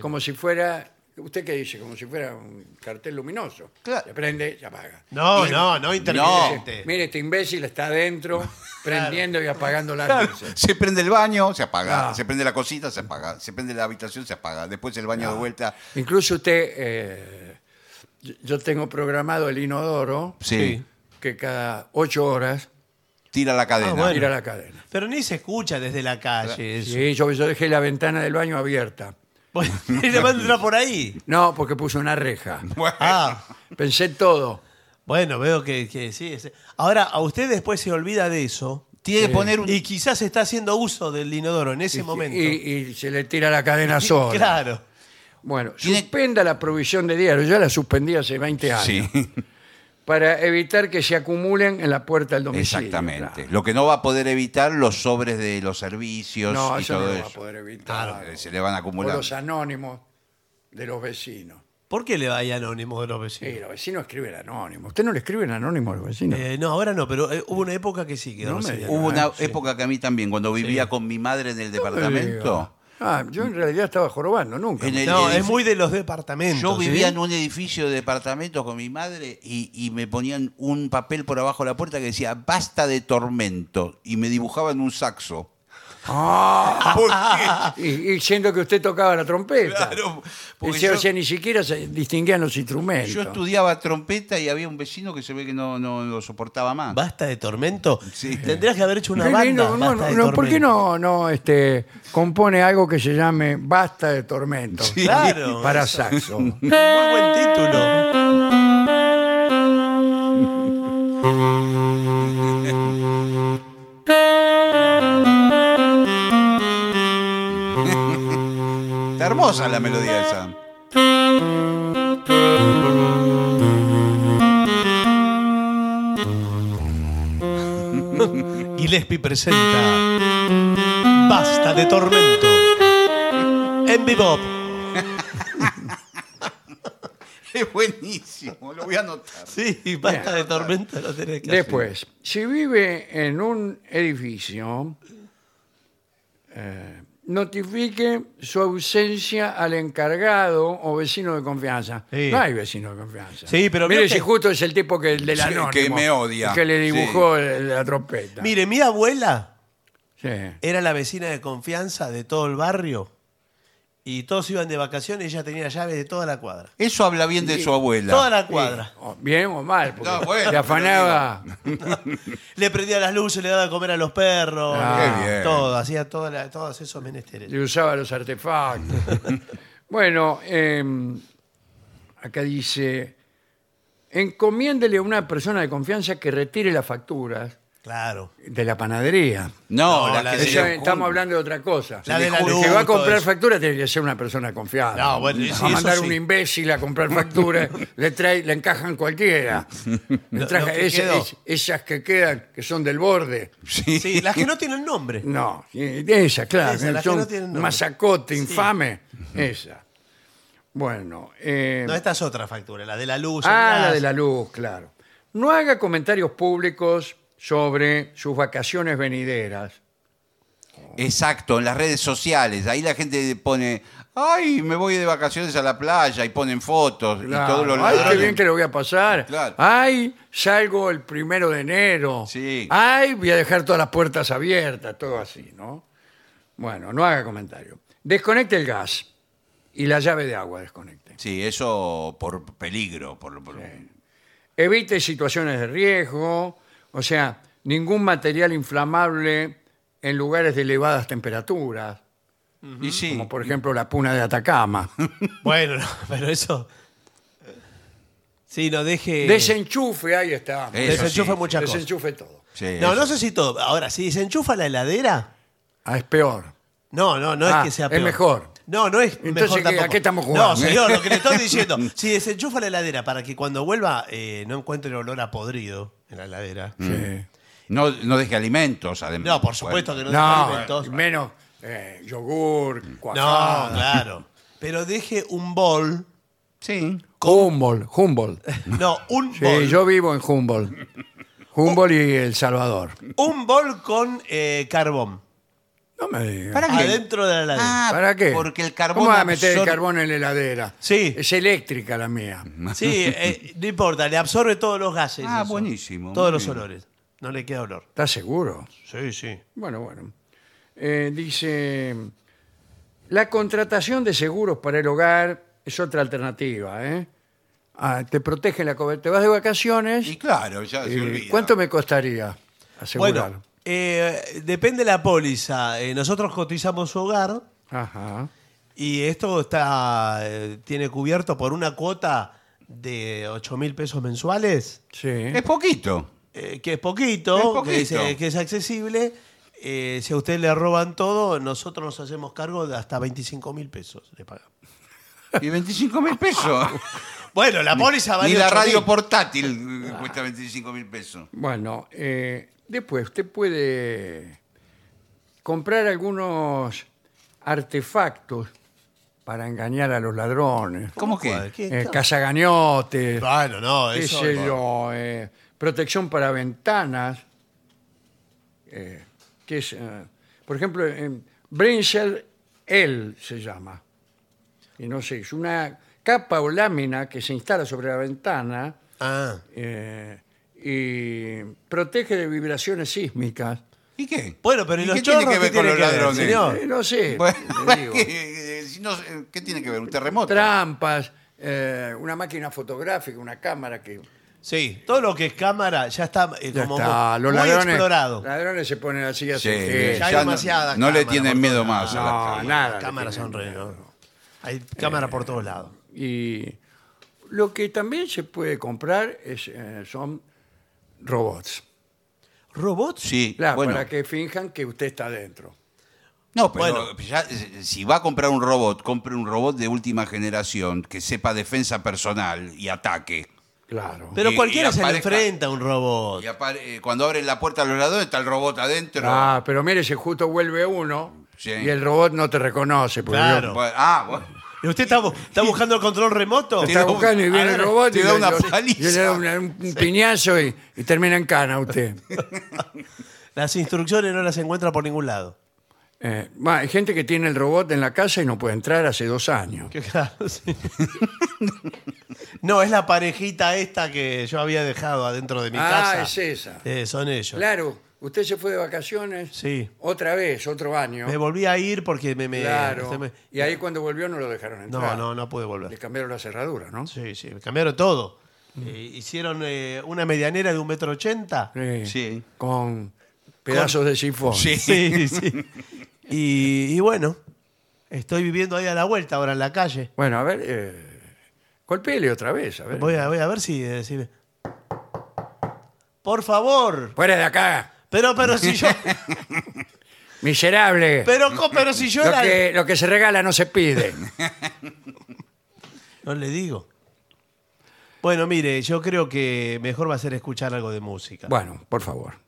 Como si fuera, ¿usted qué dice? Como si fuera un cartel luminoso.
Claro.
Se prende, se apaga.
No, no, no intermitente.
Mire, este imbécil está
*laughs*
adentro prendiendo y apagando las
Claro,
luces.
Se prende el baño, se apaga.
Ah.
Se prende la cosita, se apaga. Se prende la habitación, se apaga. Después el baño
Ah.
de vuelta.
Incluso usted, eh, yo- yo tengo programado el inodoro
Sí.
Sí.
que cada ocho horas
Tira la cadena.
Ah, bueno.
tira la cadena.
Pero ni se escucha desde la calle eso.
Sí, yo, yo dejé la ventana del baño abierta.
Bueno, *laughs* y le va a entrar por ahí.
No, porque puse una reja.
*laughs* Bueno,
Ah,
Pensé en todo.
bueno, veo que, que sí. es- Ahora, a usted después se olvida de eso.
Tiene que poner un.
Y quizás está haciendo uso del inodoro en ese
Y-
momento.
Y, y se le tira la cadena sola.
Claro.
Bueno,
Tiene-
suspenda la provisión de diario. Yo la suspendí hace 20 años.
Sí,
Para evitar que se acumulen en la puerta del domicilio.
exactamente.
claro.
Lo que no va a poder evitar los sobres de los servicios
No,
y
eso
todo
no lo va a
eso.
poder evitar.
Claro, eh, se le van
o
acumulando.
los anónimos de los vecinos.
¿Por qué le va ahí anónimo de los vecinos?
Sí, los vecinos escriben anónimo. ¿Usted no le escribe en anónimo a los vecinos?
Eh, no, ahora no, pero eh, hubo una época que sí
No
quedó.
me diga.
Hubo una
Sí.
época que a mí también, cuando vivía con mi madre en el departamento,
Ah, yo en realidad estaba jorobando, nunca.
En el-
No,
edificio.
es muy de los departamentos. ¿eh?
yo
¿sí?
vivía en un edificio de departamentos con mi madre y, y me ponían un papel por abajo de la puerta que decía basta de tormento y me dibujaban un saxo.
Ah,
¿Por qué?
y, y siendo que usted tocaba la trompeta.
Claro,
Y
porque
se-
yo-
o sea, ni siquiera se distinguían los instrumentos.
Yo estudiaba trompeta y había un vecino que se ve que no, no lo soportaba más.
Basta de tormento.
Sí.
Tendrías que haber hecho una
Qué lindo,
banda.
no,
Basta de
no, ¿Por qué
Tormento.
no, no este, compone algo que se llame Basta de Tormento?
Claro.
Para saxo.
Muy buen
Eh.
título.
Está hermosa la melodía esa.
Gillespie presenta Basta de tormento. En bebop.
Es buenísimo, lo voy a anotar.
Sí, basta de tormento. Lo tenés que hacer.
Después, si vive en un edificio, eh, notifique su ausencia al encargado o vecino de confianza.
Sí.
No hay vecino de confianza.
Sí, pero
Mire
vio
si
que-
justo es el tipo que el del
Sí, que
anónimo.
me odia.
el Que le dibujó la trompeta.
Mire, mi abuela
Sí.
era la vecina de confianza de todo el barrio. Y todos iban de vacaciones y ella tenía la llave de toda la cuadra.
Eso habla bien de su abuela.
Toda la cuadra.
O Bien o mal, porque
No, bueno,
le afanaba.
Le prendía las luces, le daba de comer a los perros,
Ah,
qué bien.
todo, hacía toda la- todos esos menesteres.
le usaba los artefactos. bueno, eh, acá dice, encomiéndele a una persona de confianza que retire las facturas
Claro.
de la panadería.
No,
No,
la,
la
que
de-
se
Eso,
le ocurre.
estamos hablando de otra cosa.
La de la
El
luz,
que va a comprar
todo eso.
facturas tiene que ser una persona confiada.
No, bueno, sí,
a
eso
mandar un
sí.
imbécil a comprar
*laughs*
facturas, le trae, le encajan cualquiera. Le
Lo-
traje
lo que
esa-
quedó.
es- esas que quedan, que son del borde.
Sí.
Sí, las
*laughs*
que no tienen nombre.
No, eh, esa, claro.
Esa, la que
son
no tiene nombre.
masacote,
Sí.
infame. Esa. Bueno. eh,
No, esta es otra factura, la de la luz. el
ah, la
gas.
de la luz, claro. No haga comentarios públicos sobre sus vacaciones venideras.
Exacto, en las redes sociales. Ahí la gente pone, ay, me voy de vacaciones a la playa y ponen fotos y
Claro.
todos los
Ay, qué
ladrones.
bien que lo voy a pasar.
Claro.
Ay, salgo el primero de enero.
Sí.
Ay, voy a dejar todas las puertas abiertas, todo así, ¿no? Bueno, no haga comentario. Desconecte el gas y la llave de agua desconecte.
Sí, eso por peligro. Por, por-
Evite situaciones de riesgo, o sea, ningún material inflamable en lugares de elevadas temperaturas,
Y sí,
como por ejemplo la puna de Atacama.
Bueno, no, pero eso. Sí, no deje.
Desenchufe, ahí está.
Eh, eso
desenchufa
sí.
muchas cosas.
Desenchufe todo.
sí,
No,
eso.
no sé si todo. Ahora, si desenchufa la heladera,
Ah, es peor.
no, no, no
Ah,
es que sea
es
peor.
mejor.
No, no es
Entonces,
mejor
¿qué-
tampoco.
a qué estamos jugando?
No, señor, lo que
*laughs*
le estoy diciendo. Si desenchufa la heladera para que cuando vuelva eh, no encuentre olor a podrido en la heladera.
Mm. Sí.
No, no deje alimentos, además.
No, por supuesto que no. deje
No,
alimentos.
menos eh, yogur,
No,
cuajada.
claro. Pero deje un bol.
Sí.
Humboldt,
*laughs*
Humboldt.
No, un
Sí,
bol.
yo vivo en Humboldt. Humboldt y El Salvador.
Un bol con eh, carbón.
No me digas.
¿Para qué?
Adentro de la heladera.
Ah,
¿Para qué?
Porque el carbón.
¿Cómo vas a meter el
absorbe-
carbón en la heladera?
Sí.
Es eléctrica la mía.
Sí, eh, no importa, le absorbe todos los gases.
Ah,
eso.
buenísimo,
Todos
muy
los
bien.
olores. No le queda olor.
¿Estás seguro?
Sí, sí.
Bueno, bueno. Eh, dice, la contratación de seguros para el hogar es otra alternativa, ¿eh? Ah, te protege la cobertura. Te vas de vacaciones.
Y claro, ya se
eh,
olvida.
¿Cuánto me costaría asegurar?
Bueno, eh, depende la póliza. Eh, nosotros cotizamos su hogar
Ajá.
y esto está eh, tiene cubierto por una cuota de 8 mil pesos mensuales,
Sí.
Es poquito.
eh, que es poquito,
Es poquito.
Que, es, eh, que es accesible. Eh, si a usted le roban todo, nosotros nos hacemos cargo de hasta 25 mil pesos. Le pagamos.
Y 25 mil pesos.
Bueno, la póliza vale
Ni la
8.000.
radio portátil eh, cuesta 25 mil pesos.
Bueno, eh, después usted puede comprar algunos artefactos para engañar a los ladrones.
¿Cómo
¿Cuál?
que?
¿Qué?
Eh, cazagañotes,
Bueno, no,
qué
eso.
sé yo, eh, protección para ventanas. eh, que es, eh, por ejemplo, en Brinsel L se llama. Y no sé, es una capa o lámina que se instala sobre la ventana
Ah.
eh, y protege de vibraciones sísmicas.
¿Y qué?
Bueno, pero ¿y los
qué tiene
chorros
que ver
qué
con los
tiene que ver,
ladrones?
señor?
Eh, no sé,
*laughs* Bueno,
*laughs*
le digo.
¿qué, eh, si no, eh, ¿qué tiene que ver? ¿Un terremoto?
trampas, eh, una máquina fotográfica, una cámara que
Sí, todo lo que es cámara ya está eh,
ya
como
está.
muy-
Los
muy
ladrones,
explorado.
ladrones se ponen así
Sí,
así.
eh,
eh,
ya hay
no-
demasiada
No, le
cámara por
tienen miedo
todos
más a las
lados. No,
cámaras.
nada.
Las cámaras son re, ¿no? Hay cámara por todos lados.
y lo que también se puede comprar es, eh, son robots,
¿Robots?
Sí,
Claro,
bueno.
para que finjan que usted está dentro.
No, pero
Bueno.
ya, eh, si va a comprar un robot, compre un robot de última generación que sepa defensa personal y ataque.
Claro.
Pero
Y-
cualquiera
y
se le
aparezca-
enfrenta a un robot.
Y apare- eh, cuando abren la puerta a los ladrones está el robot adentro.
Ah, pero mire, si justo vuelve uno
Sí.
y el robot no te reconoce. porque
Claro.
Bu- ah, bueno.
¿Y usted está, bu- está buscando el control remoto?
Está
Tiene un-
buscando y viene
a
el
ver,
robot
te
y
da
lo-
una
lo-
paliza.
y le da una- un, un piñazo y, y termina en cana
*laughs*
usted.
Las instrucciones no las encuentra por ningún lado.
Eh, va, hay gente que tiene el robot en la casa y no puede entrar hace dos años.
Que claro, sí. *laughs* No, es la parejita esta que yo había dejado adentro de mi
Ah,
casa.
es esa.
Eh, son ellos.
Claro, usted se fue de vacaciones.
Sí.
Otra vez, otro año.
Me volví a ir porque me... me-
claro.
se me-
Y ahí cuando volvió no lo dejaron
no,
entrar.
no, no pude volver.
Le cambiaron la cerradura, ¿no?
Sí, sí, cambiaron todo.
Mm.
Eh, hicieron eh, una medianera de un metro ochenta.
Sí.
Con pedazos de sifón.
Sí.
*laughs* Sí, sí. Y, y bueno, estoy viviendo ahí a la vuelta ahora en la calle.
Bueno, a ver, eh, golpéele otra vez. A ver.
Voy a, voy a ver si eh, si me- Por favor.
Fuera de acá,
Pero, pero
*laughs*
si yo.
miserable.
Pero, co- pero si yo
lo,
era-
que, lo que se regala no se pide.
No le digo. Bueno, mire, yo creo que mejor va a ser escuchar algo de música.
bueno, por favor.